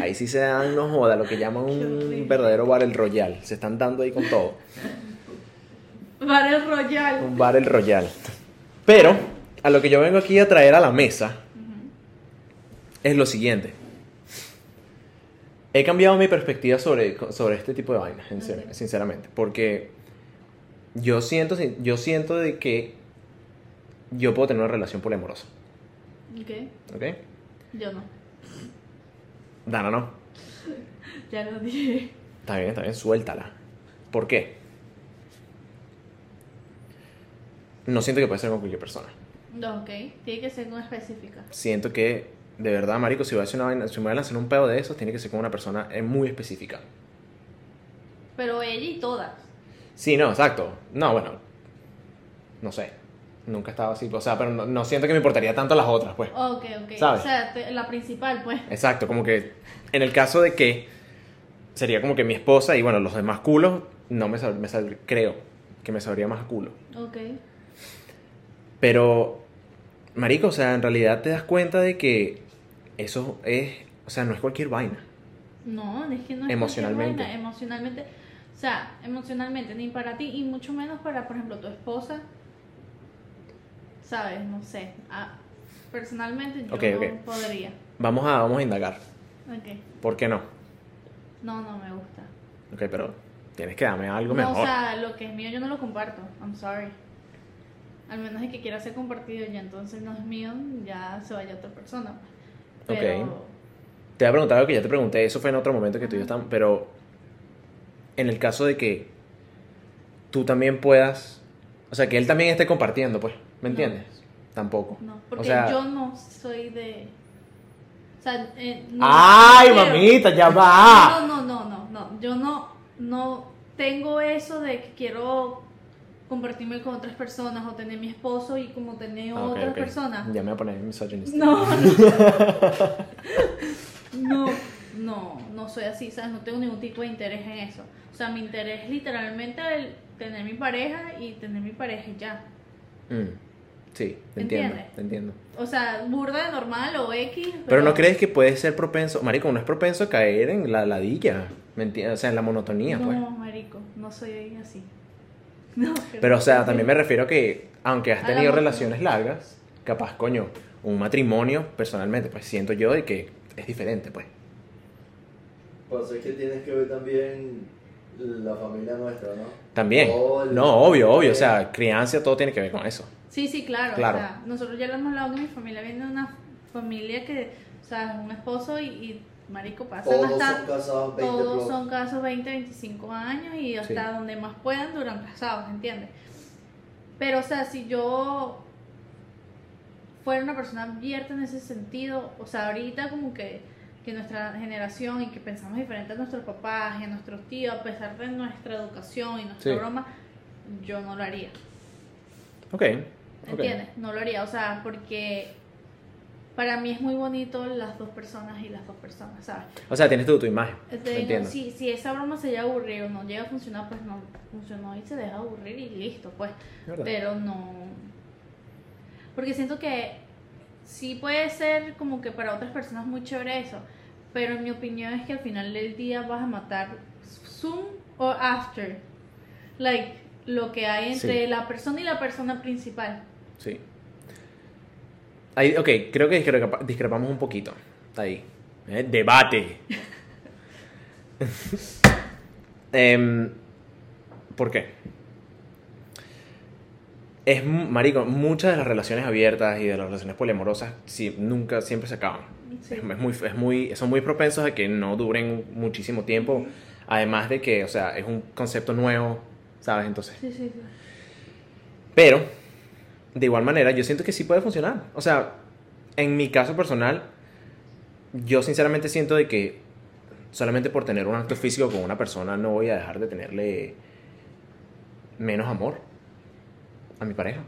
Speaker 1: Ahí sí se dan, no joda, lo que llaman
Speaker 2: Qué
Speaker 1: un
Speaker 2: horrible.
Speaker 1: verdadero Battle Royal. Se están dando ahí con todo.
Speaker 2: Vale el Royal.
Speaker 1: Un Battle Royal. Pero, a lo que yo vengo aquí a traer a la mesa es lo siguiente. He cambiado mi perspectiva sobre, sobre este tipo de vainas, en serio,
Speaker 2: Ok.
Speaker 1: sinceramente. Porque yo siento, yo siento de que yo puedo tener una relación poliamorosa.
Speaker 2: Ok.
Speaker 1: ¿Ok?
Speaker 2: Yo no.
Speaker 1: Dana, no.
Speaker 2: Ya lo dije.
Speaker 1: Está bien, está bien, suéltala. ¿Por qué? No siento que puede ser con cualquier persona.
Speaker 2: No, ok. Tiene que ser una específica.
Speaker 1: Siento que, de verdad, marico, si voy a hacer una vaina- si me voy a lanzar un pedo de esos, tiene que ser con una persona eh, muy específica.
Speaker 2: Pero ella y todas.
Speaker 1: Sí, no, exacto. No, bueno. No sé. Nunca estaba así. O sea, pero no, no siento que me importaría tanto las otras, pues.
Speaker 2: Ok, ok.
Speaker 1: ¿Sabes?
Speaker 2: O sea, te- la principal, pues.
Speaker 1: Exacto, como que en el caso de que sería como que mi esposa y bueno, los demás culos, no me, sab- me sal- creo que me sabría más a culo.
Speaker 2: Ok.
Speaker 1: Pero, marico, o sea, en realidad te das cuenta de que eso es, o sea, no es cualquier vaina.
Speaker 2: No, es que no es
Speaker 1: Emocionalmente.
Speaker 2: cualquier vaina, Emocionalmente. O sea, emocionalmente, ni para ti y mucho menos para, por ejemplo, tu esposa. ¿Sabes? No sé. Ah, personalmente yo
Speaker 1: Ok,
Speaker 2: no
Speaker 1: ok.
Speaker 2: podría.
Speaker 1: Vamos a, vamos a indagar.
Speaker 2: Ok.
Speaker 1: ¿Por qué no?
Speaker 2: No, no me gusta.
Speaker 1: Ok, pero tienes que darme algo
Speaker 2: No,
Speaker 1: mejor.
Speaker 2: o sea, lo que es mío yo no lo comparto. I'm sorry. Al menos el que quiera ser compartido ya entonces no es mío, ya se vaya a otra persona. Pero,
Speaker 1: Ok. Te voy a preguntar algo que ya te pregunté, eso fue en otro momento que tú y yo estábamos, pero en el caso de que tú también puedas, o sea, que él también esté compartiendo, pues, ¿me
Speaker 2: No.
Speaker 1: entiendes? Tampoco.
Speaker 2: No, porque
Speaker 1: o sea,
Speaker 2: yo no soy de. O sea, eh, no-
Speaker 1: ¡Ay,
Speaker 2: no quiero-
Speaker 1: mamita, ya va!
Speaker 2: No, no, no, no, no. Yo no, no tengo eso de que quiero compartirme con otras personas o tener mi esposo y como tener
Speaker 1: Ah, ok,
Speaker 2: otras
Speaker 1: ok.
Speaker 2: personas.
Speaker 1: Ya me voy a poner misogynista.
Speaker 2: No. No, no, no soy así, ¿sabes? No tengo ningún tipo de interés en eso. O sea, mi interés es literalmente el tener mi pareja y tener mi pareja y ya.
Speaker 1: Mm, Sí, te entiendo,
Speaker 2: ¿Entiendes?
Speaker 1: te entiendo.
Speaker 2: O sea, burda de normal o X.
Speaker 1: Pero no crees que puedes ser propenso, marico, uno es propenso a caer en la ladilla, ¿me entiendes? O sea, en la monotonía,
Speaker 2: No,
Speaker 1: pues.
Speaker 2: marico, no soy así. No,
Speaker 1: Pero, o sea, también me refiero a que, aunque has
Speaker 2: A la
Speaker 1: tenido
Speaker 2: monotonía.
Speaker 1: relaciones largas, capaz, coño, un matrimonio, personalmente, pues siento yo de que es diferente, pues.
Speaker 4: Pasa Pues es que tienes que ver también la familia nuestra, ¿no?
Speaker 1: También.
Speaker 4: Todo el-
Speaker 1: No, obvio, obvio. O sea, crianza, todo tiene que ver con eso.
Speaker 2: Sí, sí, claro.
Speaker 1: Claro.
Speaker 2: O sea, nosotros ya lo hemos hablado que mi familia viene de una familia que, o sea, es un esposo y, y, marico, pasan
Speaker 4: Todos
Speaker 2: hasta...
Speaker 4: son casados 20
Speaker 2: Todos
Speaker 4: plus.
Speaker 2: son casos 20, 25 años y hasta
Speaker 1: Sí.
Speaker 2: donde más puedan duran casados, ¿entiendes? Pero, o sea, si yo fuera una persona abierta en ese sentido, o sea, ahorita como que, que nuestra generación y que pensamos diferente a nuestros papás y a nuestros tíos, a pesar de nuestra educación y nuestra
Speaker 1: Sí.
Speaker 2: broma, yo no lo haría.
Speaker 1: Ok. ok.
Speaker 2: ¿Entiendes? No lo haría, o sea, porque para mí es muy bonito las dos personas y las dos personas, ¿sabes?
Speaker 1: O sea, tienes tú tu imagen.
Speaker 2: Este,
Speaker 1: ¿Me
Speaker 2: no,
Speaker 1: entiendo?
Speaker 2: si, si esa broma se llega a aburrir o no llega a funcionar, pues no funcionó y se deja aburrir y listo, pues.
Speaker 1: Es verdad.
Speaker 2: Pero no. Porque siento que sí puede ser como que para otras personas muy chévere eso, pero en mi opinión es que al final del día vas a matar Zoom o After. like, lo que hay entre
Speaker 1: Sí.
Speaker 2: la persona y la persona principal.
Speaker 1: Sí. Ahí, ok, creo que discrepa- discrepamos un poquito. Ahí. Eh, Debate. Em, ¿Por qué? Es, mu- marico, muchas de las relaciones abiertas y de las relaciones poliamorosas sí, nunca, siempre se acaban.
Speaker 2: Sí.
Speaker 1: Es muy, es muy, son muy propensos a que no duren muchísimo tiempo. Además de que, o sea, es un concepto nuevo, ¿sabes? Entonces,
Speaker 2: Sí, sí, sí.
Speaker 1: pero, de igual manera, yo siento que sí puede funcionar. O sea, en mi caso personal, yo sinceramente siento de que solamente por tener un acto físico con una persona no voy a dejar de tenerle menos amor a mi pareja.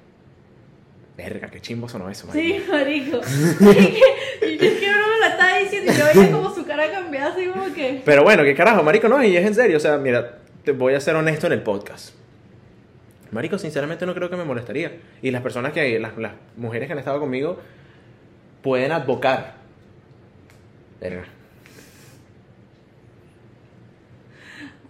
Speaker 1: Verga, qué chimbo sonó eso, marico.
Speaker 2: Sí, marico. Y yo que uno me la estaba diciendo y yo veía como su cara cambiaba así como que.
Speaker 1: Pero bueno, qué carajo, marico, no, y es en serio, o sea, mira, te voy a ser honesto en el podcast. Marico, sinceramente no creo que me molestaría. Y las personas que, las, las mujeres que han estado conmigo, pueden advocar. Verga.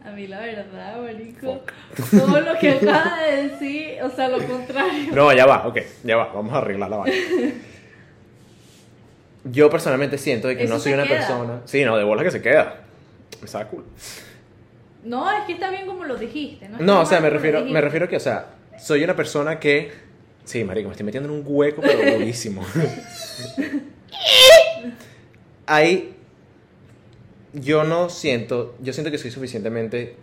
Speaker 2: A mí la verdad, marico. Todo lo que acaba de decir, o sea, lo contrario.
Speaker 1: No, ya va, ok, ya va, vamos a arreglar la vaina. Yo personalmente siento de que
Speaker 2: Eso
Speaker 1: no soy
Speaker 2: se
Speaker 1: una
Speaker 2: queda.
Speaker 1: persona. Sí, no, de bola que se queda. Me saca culo.
Speaker 2: No, es que está bien como lo dijiste, ¿no?
Speaker 1: No, o sea,
Speaker 2: Está
Speaker 1: me
Speaker 2: mal como lo
Speaker 1: refiero, me
Speaker 2: dijiste.
Speaker 1: refiero que, o sea, soy una persona que. Sí, marico, me estoy metiendo en un hueco, pero durísimo. Ahí. Yo no siento. Yo siento que soy suficientemente.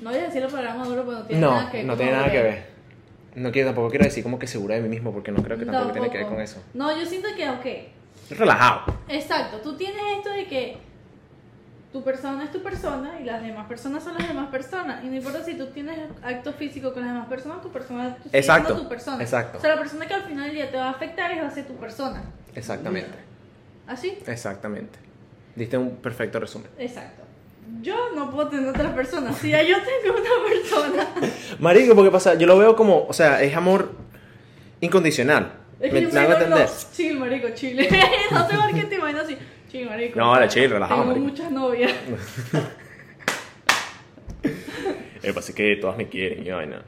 Speaker 2: No voy a decir el programa duro cuando tiene
Speaker 1: No,
Speaker 2: nada que ver.
Speaker 1: no
Speaker 2: con
Speaker 1: tiene nada que
Speaker 2: madurez.
Speaker 1: ver. No quiero, tampoco quiero decir como que segura de mí mismo, porque no creo que tampoco, tiene que ver con eso.
Speaker 2: No, yo siento que, ok,
Speaker 1: Relajado.
Speaker 2: Exacto, tú tienes esto de que tu persona es tu persona y las demás personas son las demás personas. Y no importa si tú tienes acto físico con las demás personas, tu persona tú sigues
Speaker 1: Exacto,
Speaker 2: siendo tu persona.
Speaker 1: exacto.
Speaker 2: O sea, la persona que al final del día te va a afectar es va a ser tu persona.
Speaker 1: Exactamente.
Speaker 2: ¿Así?
Speaker 1: Exactamente. Diste un perfecto resumen.
Speaker 2: Exacto. Yo no puedo tener otra persona. Si ya yo tengo una persona.
Speaker 1: Marico, porque pasa, yo lo veo como, o sea, es amor incondicional.
Speaker 2: Es
Speaker 1: Me-
Speaker 2: que yo
Speaker 1: me hago
Speaker 2: me digo,
Speaker 1: entender.
Speaker 2: no, chill, marico, chile. no sé por qué te imaginas así. Chill, marico.
Speaker 1: No, ahora chill, relajado,
Speaker 2: Tengo
Speaker 1: marico.
Speaker 2: muchas novias.
Speaker 1: Eh, pues es que todas me quieren, yo, vaina.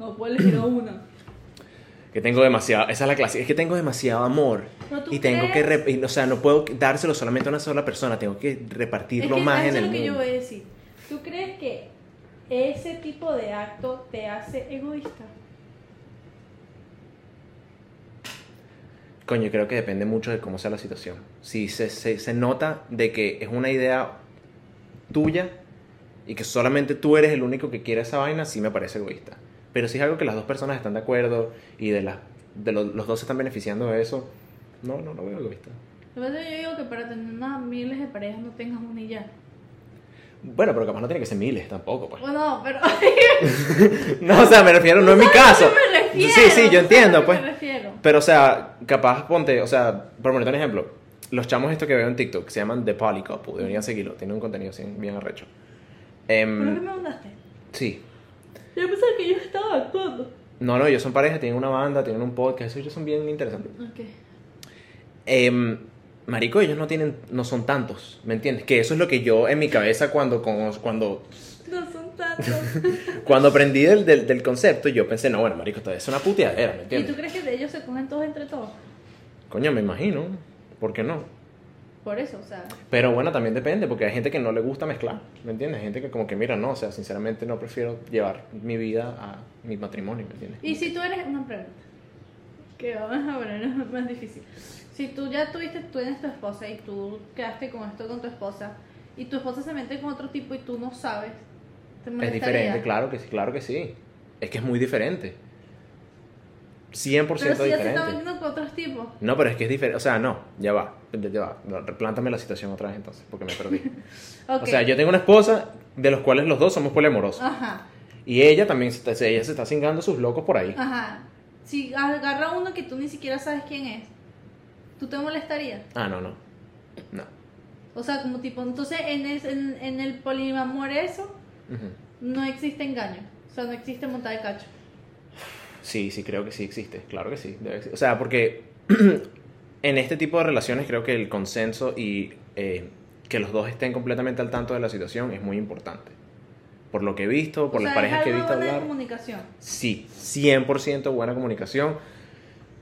Speaker 2: No puedo elegir a una.
Speaker 1: Que tengo demasiado, esa es la clase, es que tengo demasiado amor.
Speaker 2: Pero tú
Speaker 1: Y tengo que,
Speaker 2: crees-
Speaker 1: rep- y, o sea, no puedo dárselo solamente a una sola persona, tengo que repartirlo
Speaker 2: es que
Speaker 1: más
Speaker 2: eso
Speaker 1: en el
Speaker 2: es lo que yo
Speaker 1: mundo.
Speaker 2: voy a decir. ¿Tú crees que ese tipo de acto te hace egoísta?
Speaker 1: Coño, creo que depende mucho de cómo sea la situación. Si se, se, se nota de que es una idea tuya y que solamente tú eres el único que quiere esa vaina, sí me parece egoísta. Pero si es algo que las dos personas están de acuerdo y de, las de lo- los dos se están beneficiando de eso, no, no, no veo egoísta.
Speaker 2: Lo que pasa es que yo digo que para tener unas miles de parejas no tengas una y ya.
Speaker 1: Bueno, pero capaz no tiene que ser miles tampoco, pues.
Speaker 2: Bueno, pero.
Speaker 1: No, o sea, me refiero, no es mi
Speaker 2: ¿A
Speaker 1: caso.
Speaker 2: qué me refiero?
Speaker 1: Sí, sí, yo
Speaker 2: ¿Sabes a
Speaker 1: entiendo,
Speaker 2: qué
Speaker 1: pues.
Speaker 2: Me refiero.
Speaker 1: Pero, o sea, capaz ponte, o sea, por ponerte un ejemplo, los chamos estos que veo en TikTok que se llaman The Poly Couple, deberían seguirlo, tienen un contenido así bien arrecho. Em,
Speaker 2: ¿Por qué me mandaste?
Speaker 1: sí.
Speaker 2: Yo pensaba que yo estaba actuando.
Speaker 1: No, no, ellos son pareja, tienen una banda, tienen un podcast, esos ellos son bien interesantes.
Speaker 2: Ok.
Speaker 1: Em, marico, ellos no tienen, no son tantos, ¿me entiendes? Que eso es lo que yo en mi cabeza cuando, con- cuando,
Speaker 2: No son tantos.
Speaker 1: cuando aprendí del, del, del concepto, yo pensé, no, bueno, marico, esto es una puteadera, ¿me
Speaker 2: ¿Y tú
Speaker 1: entiendes?
Speaker 2: crees que de ellos se cogen todos entre todos?
Speaker 1: Coño, me imagino, ¿por qué no?
Speaker 2: Por eso, o sea.
Speaker 1: Pero bueno, también depende, porque hay gente que no le gusta mezclar, ¿me entiendes? Hay gente que como que, mira, no, o sea, sinceramente no prefiero llevar mi vida a mi matrimonio, ¿me entiendes?
Speaker 2: Y si tú eres una pregunta, que vamos a poner más difícil. Si tú ya tuviste, tú tienes tu esposa y tú quedaste con esto con tu esposa y tu esposa se mete con otro tipo y tú no sabes, te
Speaker 1: Es
Speaker 2: molestaría?
Speaker 1: diferente, claro que sí, claro que sí. Es que es muy diferente. 100%
Speaker 2: Pero si ya se
Speaker 1: diferente.
Speaker 2: está metiendo con otros tipos.
Speaker 1: No, pero es que es diferente, o sea, no, ya va, ya ya va. No, Replántame la situación otra vez entonces, porque me perdí.
Speaker 2: Ok. Ah.
Speaker 1: O sea, yo tengo una esposa de los cuales los dos somos poliamorosos.
Speaker 2: Ajá,
Speaker 1: Y ella también, se está- ella se está cingando sus locos por ahí.
Speaker 2: ajá. Si agarra uno que tú ni siquiera sabes quién es, ¿tú te molestaría?
Speaker 1: Ah, no, no. No.
Speaker 2: O sea, como tipo, entonces en, es- en, en el polimamor eso
Speaker 1: Ujú.
Speaker 2: no existe engaño. O sea, no existe montada de cacho.
Speaker 1: Sí, sí, creo que sí existe, claro que sí. debe exi- O sea, porque en este tipo de relaciones creo que el consenso y eh, que los dos estén completamente al tanto de la situación es muy importante. por lo que he visto, por
Speaker 2: O
Speaker 1: las
Speaker 2: sea,
Speaker 1: parejas
Speaker 2: es
Speaker 1: que he
Speaker 2: algo
Speaker 1: visto
Speaker 2: buena de
Speaker 1: hablar.
Speaker 2: comunicación.
Speaker 1: Sí, 100% buena comunicación.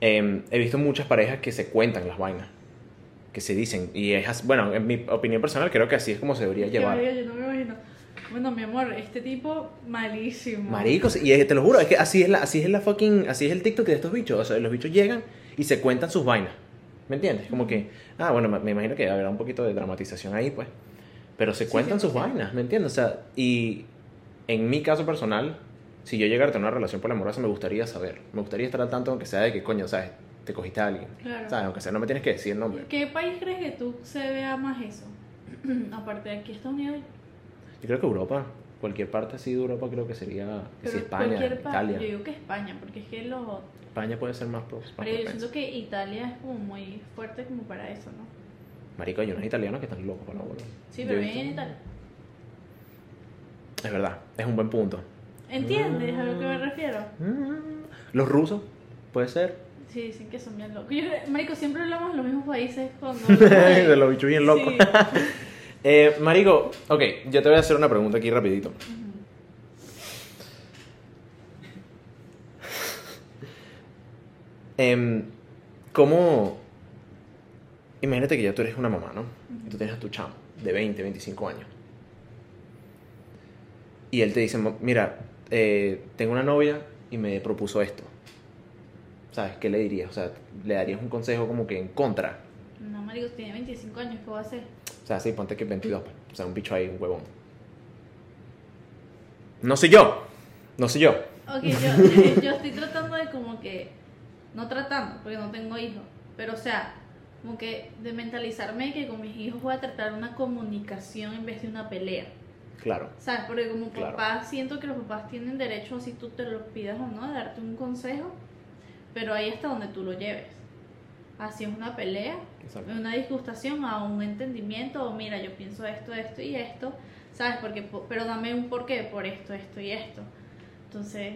Speaker 1: Eh, he visto muchas parejas que se cuentan las vainas, que se dicen. Y es, as- bueno, en mi opinión personal, creo que así es como se debería
Speaker 2: Qué
Speaker 1: llevar.
Speaker 2: barriga, yo no me imagino. Bueno, mi amor, este tipo malísimo.
Speaker 1: Maricos, y es- te lo juro, es que así es la, así es la fucking, así es el TikTok de estos bichos. O sea, los bichos llegan y se cuentan sus vainas. ¿Me entiendes? Como que, ah, bueno, me me imagino que habrá un poquito de dramatización ahí, pues. Pero se
Speaker 2: Sí,
Speaker 1: cuentan sus
Speaker 2: 100%.
Speaker 1: vainas, ¿me entiendes? O sea, y en mi caso personal, si yo llegara a tener una relación amorosa me gustaría saber. Me gustaría estar al tanto, aunque sea de que, coño, ¿sabes? Te cogiste a alguien.
Speaker 2: Claro.
Speaker 1: ¿Sabes? Aunque sea, no me tienes que decir el nombre.
Speaker 2: ¿Qué país crees que tú se vea más eso? Aparte de aquí, Estados Unidos.
Speaker 1: Yo creo que Europa, cualquier parte así de Europa, creo que sería, que si
Speaker 2: Pero
Speaker 1: España,
Speaker 2: cualquier pa-
Speaker 1: Italia.
Speaker 2: Yo digo que España, porque es que los.
Speaker 1: España puede ser más, pro- más
Speaker 2: Pero yo
Speaker 1: propenso.
Speaker 2: siento que Italia es como muy fuerte como para eso, ¿no?
Speaker 1: Marico, hay unos italianos que están locos con la bola.
Speaker 2: Sí,
Speaker 1: Yo
Speaker 2: pero
Speaker 1: he
Speaker 2: bien
Speaker 1: visto-
Speaker 2: en Italia.
Speaker 1: Es verdad, es un buen punto.
Speaker 2: ¿Entiendes a lo que me refiero?
Speaker 1: Mm. Los rusos, puede ser.
Speaker 2: Sí, dicen que son bien locos. Yo- marico, siempre hablamos de los mismos países cuando...
Speaker 1: De los bichos bien locos.
Speaker 2: Sí.
Speaker 1: Eh, marico, ok, yo te voy a hacer una pregunta aquí rapidito. Em, ¿Cómo...? Imagínate que ya tú eres una mamá, ¿no? Y tú tienes a tu chamo de 20, 25 años. Y él te dice, "Mo- mira, eh, tengo una novia y me propuso esto. ¿Sabes? ¿Qué le dirías? O sea, ¿le darías un consejo como que en contra?
Speaker 2: No, marico, tiene 25 años, ¿qué va a hacer?
Speaker 1: O sea, sí, ponte que 22. pues. O sea, un bicho ahí, un huevón. No soy yo. No soy yo.
Speaker 2: Ok, yo, yo estoy tratando de como que... No tratando, porque no tengo hijos. Pero, o sea, como que de mentalizarme que con mis hijos voy a tratar una comunicación en vez de una pelea.
Speaker 1: Claro.
Speaker 2: ¿Sabes? Porque como
Speaker 1: Claro.
Speaker 2: papá siento que los papás tienen derecho, si tú te lo pidas o no, a darte un consejo, pero ahí hasta donde tú lo lleves. Así es una pelea,
Speaker 1: Exacto.
Speaker 2: una disgustación a un entendimiento, o mira, yo pienso esto, esto y esto, ¿sabes? Porque, po- pero dame un porqué por esto, esto y esto. Entonces,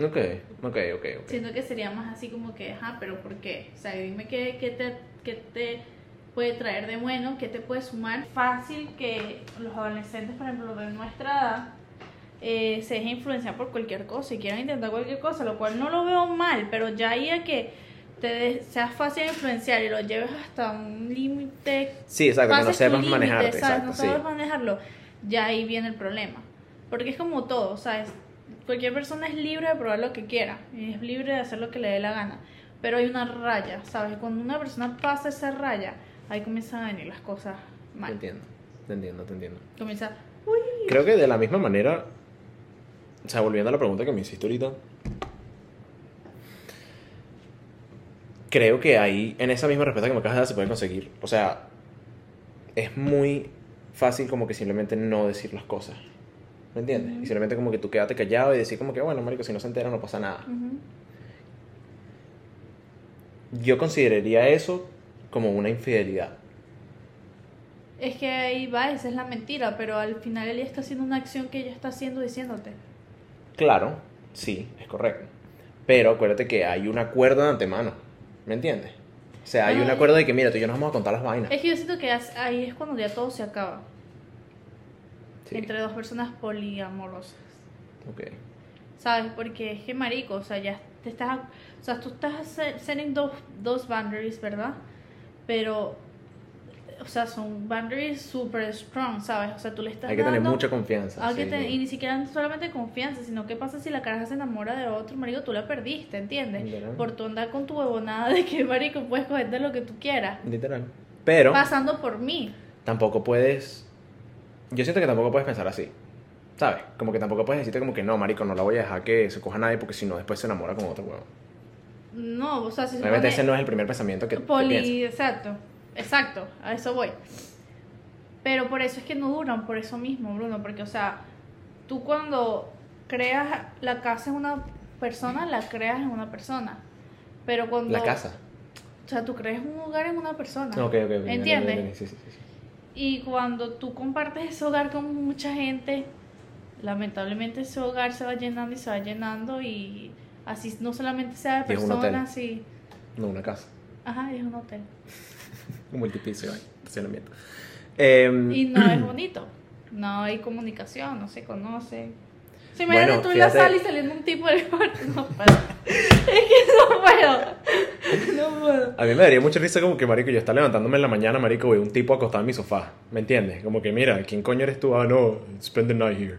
Speaker 1: Ok, ok, ok, ok.
Speaker 2: siento que sería más así como que, ajá, pero ¿por qué? O sea, dime qué, qué te, qué te puede traer de bueno, qué te puede sumar. Fácil que los adolescentes, por ejemplo, de nuestra edad, eh, se dejen influenciar por cualquier cosa y quieran intentar cualquier cosa, lo cual no lo veo mal, pero ya ahí a que te de- seas fácil de influenciar y lo lleves hasta un límite
Speaker 1: Sí, exacto, que no
Speaker 2: pases tu
Speaker 1: sepas
Speaker 2: límite,
Speaker 1: manejarte.
Speaker 2: ¿sabes?
Speaker 1: Exacto,
Speaker 2: no
Speaker 1: sí.
Speaker 2: sabes manejarlo, ya ahí viene el problema. Porque es como todo, ¿sabes? Cualquier persona es libre de probar lo que quiera, y es libre de hacer lo que le dé la gana, pero hay una raya, ¿sabes? Cuando una persona pasa esa raya, ahí comienzan a venir las cosas
Speaker 1: Te
Speaker 2: mal.
Speaker 1: entiendo, te entiendo, te entiendo.
Speaker 2: Comienza,
Speaker 1: Creo que de la misma manera, o sea, volviendo a la pregunta que me hiciste ahorita, creo que ahí, en esa misma respuesta que me acabas de dar, se puede conseguir. O sea, es muy fácil como que simplemente no decir las cosas. ¿Me entiendes?
Speaker 2: Ujú.
Speaker 1: Y simplemente como que tú quédate callado y decir como que, bueno, marico, si no se entera no pasa nada.
Speaker 2: ujú,
Speaker 1: Yo consideraría eso como una infidelidad.
Speaker 2: es que ahí va, esa es la mentira, pero al final ella está haciendo una acción que ella está haciendo diciéndote.
Speaker 1: Claro, sí, es correcto. Pero acuérdate que hay un acuerdo de antemano, ¿me entiendes? O sea, hay un
Speaker 2: Ay.
Speaker 1: acuerdo de que, mira, tú y yo nos vamos a contar las vainas.
Speaker 2: Es que yo siento que as- ahí es cuando ya todo se acaba,
Speaker 1: Sí,
Speaker 2: entre dos personas poliamorosas.
Speaker 1: ok.
Speaker 2: ¿Sabes? Porque es que marico, o sea, ya te estás. O sea, tú estás se- setting dos, dos boundaries, ¿verdad? Pero. O sea, son boundaries super strong, ¿sabes? O sea, tú le estás
Speaker 1: Hay que tener
Speaker 2: dando-
Speaker 1: mucha confianza.
Speaker 2: hay que
Speaker 1: sí.
Speaker 2: tener- Y ni siquiera no solamente confianza, sino qué pasa si la caraja se enamora de otro marico, tú la perdiste, ¿entiendes?
Speaker 1: Literal.
Speaker 2: Por tu andar con tu huevonada de que marico puedes coger de lo que tú quieras.
Speaker 1: Literal. Pero
Speaker 2: Pasando por mí.
Speaker 1: tampoco puedes... Yo siento que tampoco puedes pensar así, ¿sabes? Como que tampoco puedes decirte como que, no, marico, no la voy a dejar que se coja nadie porque si no después se enamora con otro huevo.
Speaker 2: No, o sea, si se
Speaker 1: Obviamente
Speaker 2: supone-
Speaker 1: ese no es el primer pensamiento que, que piensas.
Speaker 2: Poli, exacto, exacto, a eso voy. Pero por eso es que no duran, por eso mismo, Bruno, porque, o sea, tú cuando creas la casa en una persona, la creas en una persona. Pero cuando.
Speaker 1: La casa.
Speaker 2: O sea, tú creas un hogar en una persona.
Speaker 1: Ok, ok, ok. ya, ya, ya,
Speaker 2: ¿Entiendes?
Speaker 1: ya, Sí, sí, sí, sí.
Speaker 2: Y cuando tú compartes ese hogar con mucha gente, lamentablemente ese hogar se va llenando y se va llenando, y así no solamente sea de
Speaker 1: Y es un hotel.
Speaker 2: personas, y.
Speaker 1: No, una casa.
Speaker 2: Ajá, y es un hotel.
Speaker 1: Un multipiso, ahí, estacionamiento. Em,
Speaker 2: Y no es bonito. no hay comunicación, no se conocen. Si me
Speaker 1: Bueno,
Speaker 2: bueno, tú en la
Speaker 1: fíjate.
Speaker 2: sala y saliendo un tipo del cuarto, no puedo. es que no puedo. No puedo.
Speaker 1: A mí me daría mucha risa como que, marico, yo estaba levantándome en la mañana, marico, veo un tipo acostado en mi sofá. ¿Me entiendes? Como que, mira, ¿quién coño eres tú? Ah, no, spend the night here.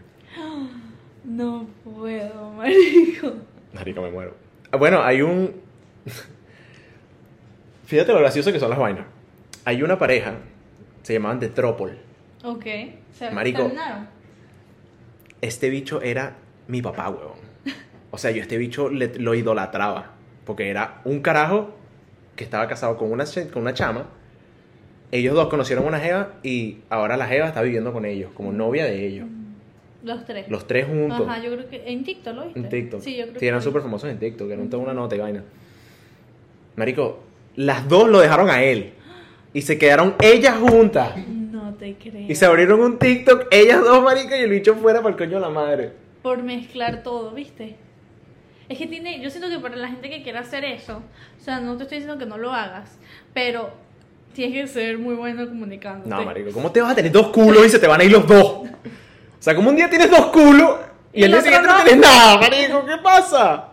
Speaker 2: No puedo, marico.
Speaker 1: Marico, me muero. Ah, Bueno, hay un... Fíjate lo gracioso que son las vainas. Hay una pareja, se llamaban The Tropol.
Speaker 2: Ok. ¿Se
Speaker 1: Marico.
Speaker 2: terminaron?
Speaker 1: Este bicho era mi papá, huevón. O sea, yo a este bicho le- lo idolatraba. Porque era un carajo que estaba casado con una, ch- con una chama. Ellos dos conocieron a una jeva y ahora la jeva está viviendo con ellos, como novia de ellos.
Speaker 2: Los tres.
Speaker 1: Los tres juntos.
Speaker 2: Ajá, yo creo que en TikTok lo viste.
Speaker 1: En TikTok.
Speaker 2: Sí, yo creo
Speaker 1: Sí, eran
Speaker 2: que-
Speaker 1: súper famosos en TikTok. Eran toda una nota y vaina. Marico, las dos lo dejaron a él. Y se quedaron ellas juntas.
Speaker 2: No te creo.
Speaker 1: Y se abrieron un TikTok, ellas dos, marico, y el bicho fuera para el coño de la madre.
Speaker 2: por mezclar todo, ¿viste? Es que tiene, yo siento que para la gente que quiera hacer eso, o sea, no te estoy diciendo que no lo hagas, pero tienes que ser muy bueno comunicando.
Speaker 1: No, marico, ¿cómo te vas a tener dos culos y se te van a ir los dos? O sea, como un día tienes dos culos y,
Speaker 2: Y
Speaker 1: el
Speaker 2: el
Speaker 1: día
Speaker 2: otro
Speaker 1: siguiente
Speaker 2: no.
Speaker 1: no tienes nada, marico, ¿qué pasa?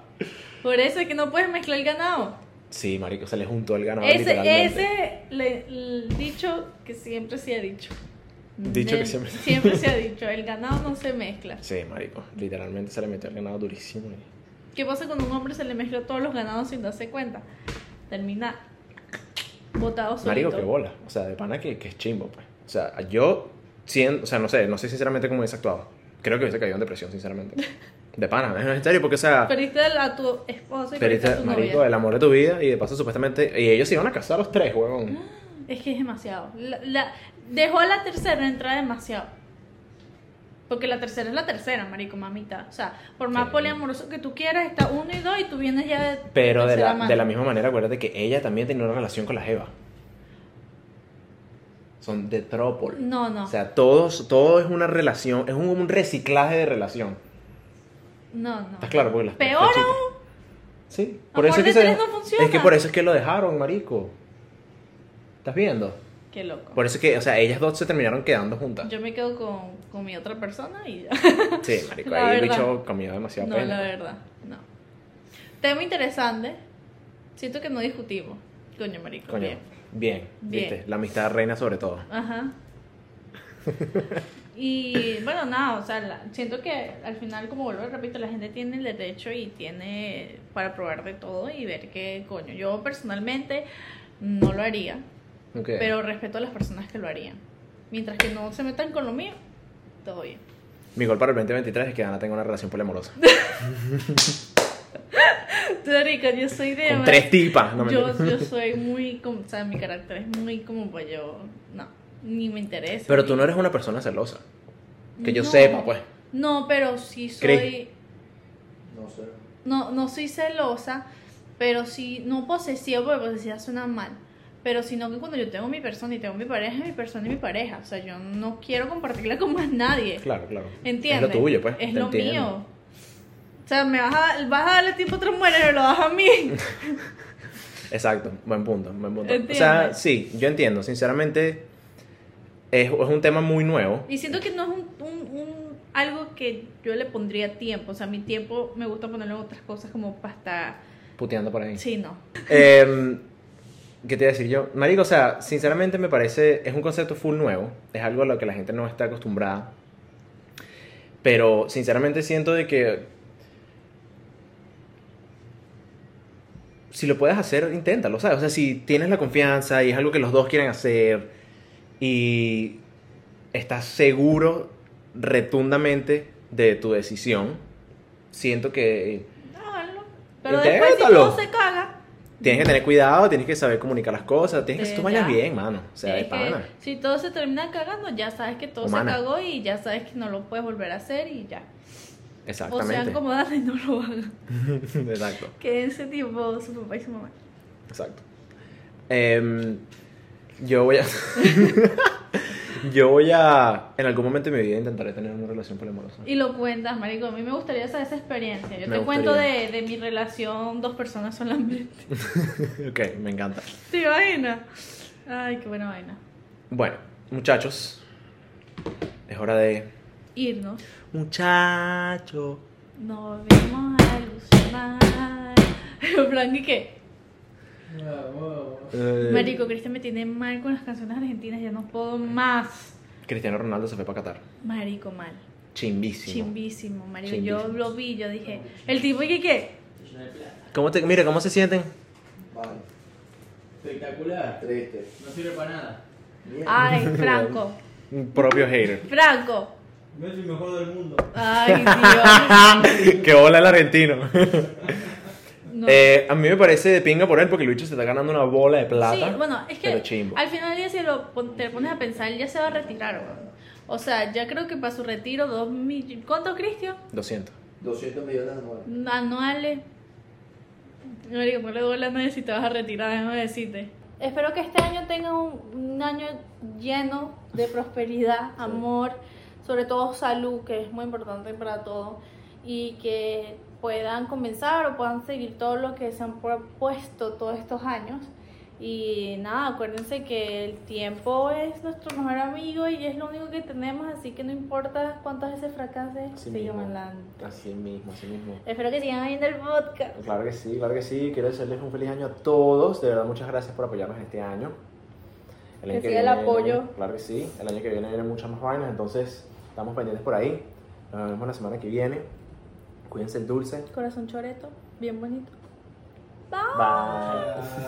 Speaker 2: Por eso es que no puedes mezclar el ganado.
Speaker 1: Sí, marico, se le juntó el ganador
Speaker 2: ese
Speaker 1: literalmente.
Speaker 2: ese le- el dicho que siempre se ha dicho.
Speaker 1: Dicho que
Speaker 2: El-
Speaker 1: siempre-
Speaker 2: siempre se ha dicho, el ganado no se mezcla.
Speaker 1: Sí, marico, literalmente se le metió el ganado durísimo.
Speaker 2: ¿Qué pasa cuando un hombre se le mezcla todos los ganados sin darse cuenta? Termina botado solito.
Speaker 1: Marico, qué bola. O sea, de pana que, que es chimbo, pues. O sea, yo, cien- o sea, no sé, no sé sinceramente cómo hubiese actuado. Creo que hubiese caído en depresión, sinceramente. De pana, es en serio, porque, o sea,
Speaker 2: Perdiste a tu esposo y perdiste, a
Speaker 1: perita,
Speaker 2: tu
Speaker 1: marico,
Speaker 2: novia.
Speaker 1: el amor de tu vida y de paso, supuestamente, y ellos se iban a casar los tres,
Speaker 2: Ah.
Speaker 1: huevón.
Speaker 2: Es que es demasiado. La, la- dejó a la tercera entrar demasiado. Porque la tercera es la tercera, marico, mamita. O sea, por más
Speaker 1: Sí.
Speaker 2: poliamoroso que tú quieras, está uno y dos y tú vienes ya de
Speaker 1: Pero de la,
Speaker 2: tercera mano.
Speaker 1: de la misma manera, acuérdate que ella también tenía una relación con la Jeva. Son de trópol.
Speaker 2: No, no.
Speaker 1: O sea, todos, todo es una relación, es un, un reciclaje de relación.
Speaker 2: no, no.
Speaker 1: ¿Estás claro? Porque las tres
Speaker 2: Peor
Speaker 1: flechitas.
Speaker 2: aún.
Speaker 1: Sí.
Speaker 2: Amor
Speaker 1: eso es que
Speaker 2: de
Speaker 1: se-
Speaker 2: tres no funciona.
Speaker 1: Es que por eso es que lo dejaron, marico. ¿Estás viendo?
Speaker 2: Qué loco.
Speaker 1: Por eso es que, o sea, ellas dos se terminaron quedando juntas.
Speaker 2: Yo me quedo con, con mi otra persona y ya.
Speaker 1: Sí, marico,
Speaker 2: La
Speaker 1: ahí el
Speaker 2: verdad.
Speaker 1: bicho comió demasiado
Speaker 2: No,
Speaker 1: pena.
Speaker 2: la verdad. No. Tema interesante. Siento que no discutimos. Coño, marico.
Speaker 1: Coño,
Speaker 2: bien.
Speaker 1: bien. bien.
Speaker 2: Bien.
Speaker 1: ¿Viste? La amistad reina sobre todo.
Speaker 2: Ajá. Y bueno, nada, o sea, la- siento que al final, como vuelvo y repito, la gente tiene el derecho y tiene para probar de todo y ver qué coño. Yo personalmente no lo haría,
Speaker 1: Ok.
Speaker 2: pero respeto a las personas que lo harían. Mientras que no se metan con lo mío, todo bien.
Speaker 1: Mi gol para el 2023 es que Ana tenga una relación poliamorosa.
Speaker 2: Tú, Rico, yo soy de.
Speaker 1: Con tres tipas. No me
Speaker 2: yo, yo soy muy, como, o sea, mi carácter es muy como, pues yo, no, ni me interesa.
Speaker 1: Pero
Speaker 2: ni-
Speaker 1: tú no eres una persona celosa. Que yo
Speaker 2: No.
Speaker 1: sepa, pues.
Speaker 2: No, pero sí soy.
Speaker 1: Cris.
Speaker 4: No sé.
Speaker 2: no, no soy celosa, pero sí, no posesiva, porque posesiva suena mal, pero sino que cuando yo tengo mi persona y tengo mi pareja, es mi persona y mi pareja, o sea, yo no quiero compartirla con más nadie,
Speaker 1: Claro, claro.
Speaker 2: ¿entiendes?
Speaker 1: Es lo tuyo, pues.
Speaker 2: Es
Speaker 1: te
Speaker 2: lo
Speaker 1: entiendo.
Speaker 2: mío. O sea, me vas a, vas a darle tiempo a otras mujeres, me lo das a mí.
Speaker 1: Exacto, buen punto, buen punto.
Speaker 2: ¿Entiendes?
Speaker 1: O sea, sí, yo entiendo. Sinceramente, es, es un tema muy nuevo.
Speaker 2: Y siento que no es un, un- un- algo que yo le pondría tiempo, o sea, mi tiempo me gusta ponerlo en otras cosas como pasta.
Speaker 1: Puteando por ahí.
Speaker 2: Sí, no.
Speaker 1: Em, ¿Qué te iba a decir yo? Marico, o sea, sinceramente me parece, es un concepto full nuevo, es algo a lo que la gente no está acostumbrada, pero sinceramente siento de que si lo puedes hacer, inténtalo, ¿sabes? O sea, si tienes la confianza y es algo que los dos quieren hacer y estás seguro rotundamente de tu decisión, siento que
Speaker 2: No, hazlo. Pero después si
Speaker 1: Inténtalo.
Speaker 2: todo se caga,
Speaker 1: Tienes que tener cuidado, tienes que saber comunicar las cosas, tienes que hacer
Speaker 2: Sí,
Speaker 1: tus vainas
Speaker 2: ya.
Speaker 1: bien, mano. O sea, de
Speaker 2: Es que
Speaker 1: pana.
Speaker 2: si todo se termina cagando, ya sabes que todo
Speaker 1: Humana.
Speaker 2: se cagó y ya sabes que no lo puedes volver a hacer y ya. O se
Speaker 1: Exactamente.
Speaker 2: acomodan y no lo hagan.
Speaker 1: exacto,
Speaker 2: Quédense tipo su papá y su mamá.
Speaker 1: exacto. Em, yo voy a. yo voy a. En algún momento de mi vida intentaré tener una relación poliamorosa.
Speaker 2: Y lo cuentas, marico. A mí me gustaría saber esa experiencia. Yo
Speaker 1: Me
Speaker 2: te
Speaker 1: gustaría.
Speaker 2: cuento de, de mi relación dos personas solamente.
Speaker 1: ok, me encanta.
Speaker 2: ¿Te imaginas? Ay, qué buena vaina.
Speaker 1: Bueno, muchachos. Es hora de.
Speaker 2: Irnos.
Speaker 1: Muchacho.
Speaker 2: Nos vemos a ilusionar. Frank, ¿y qué?
Speaker 1: Eh,
Speaker 2: Marico, Cristian me tiene mal con las canciones argentinas, ya no puedo más.
Speaker 1: Cristiano Ronaldo se fue para Qatar.
Speaker 2: Marico, mal.
Speaker 1: Chimbísimo.
Speaker 2: Chimbísimo, marico. Yo
Speaker 1: Chimbísimo.
Speaker 2: lo vi, yo dije, el tipo, ¿y qué?
Speaker 1: ¿Cómo te, mira, ¿cómo se sienten?
Speaker 4: Vale,
Speaker 3: Espectacular.
Speaker 4: triste.
Speaker 3: No sirve para nada.
Speaker 4: Mierda.
Speaker 2: Ay, Franco.
Speaker 1: Un propio hater.
Speaker 2: Franco.
Speaker 3: No es el mejor del mundo.
Speaker 2: Ay, Dios.
Speaker 1: que hola el argentino.
Speaker 2: No.
Speaker 1: Eh, a mí me parece de pinga por él porque Lucho se está ganando una bola de plata.
Speaker 2: Sí, bueno, es
Speaker 1: Pero
Speaker 2: que
Speaker 1: chimbo.
Speaker 2: al final del día si lo pon- te pones a pensar, él ya se va a retirar, weón. O sea, ya creo que para su retiro, dos millones. ¿Cuánto, Cristian?
Speaker 1: 200.
Speaker 4: 200 millones anuales.
Speaker 2: Anuales. Marico, no le doy la nadie si te vas a retirar, déjame decirte. Espero que este año tengan un, un año lleno de prosperidad, amor, sobre todo salud, que es muy importante para todo, y que puedan comenzar o puedan seguir todo lo que se han propuesto todos estos años. Y nada, acuérdense que el tiempo es nuestro mejor amigo y es lo único que tenemos, así que no importa cuántas veces fracases,
Speaker 1: Así
Speaker 2: sigan
Speaker 1: mismo.
Speaker 2: adelante.
Speaker 1: Así mismo, así mismo.
Speaker 2: Espero que sigan viendo el podcast.
Speaker 1: Claro que sí, claro que sí. Quiero desearles un feliz año a todos. De verdad, muchas gracias por apoyarnos este año.
Speaker 2: Que siga el apoyo.
Speaker 1: Claro que sí. El año que viene vienen muchas más vainas, entonces estamos pendientes por ahí. Nos vemos la semana que viene. Cuídense el dulce.
Speaker 2: Corazón choreto, bien bonito.
Speaker 1: Bye.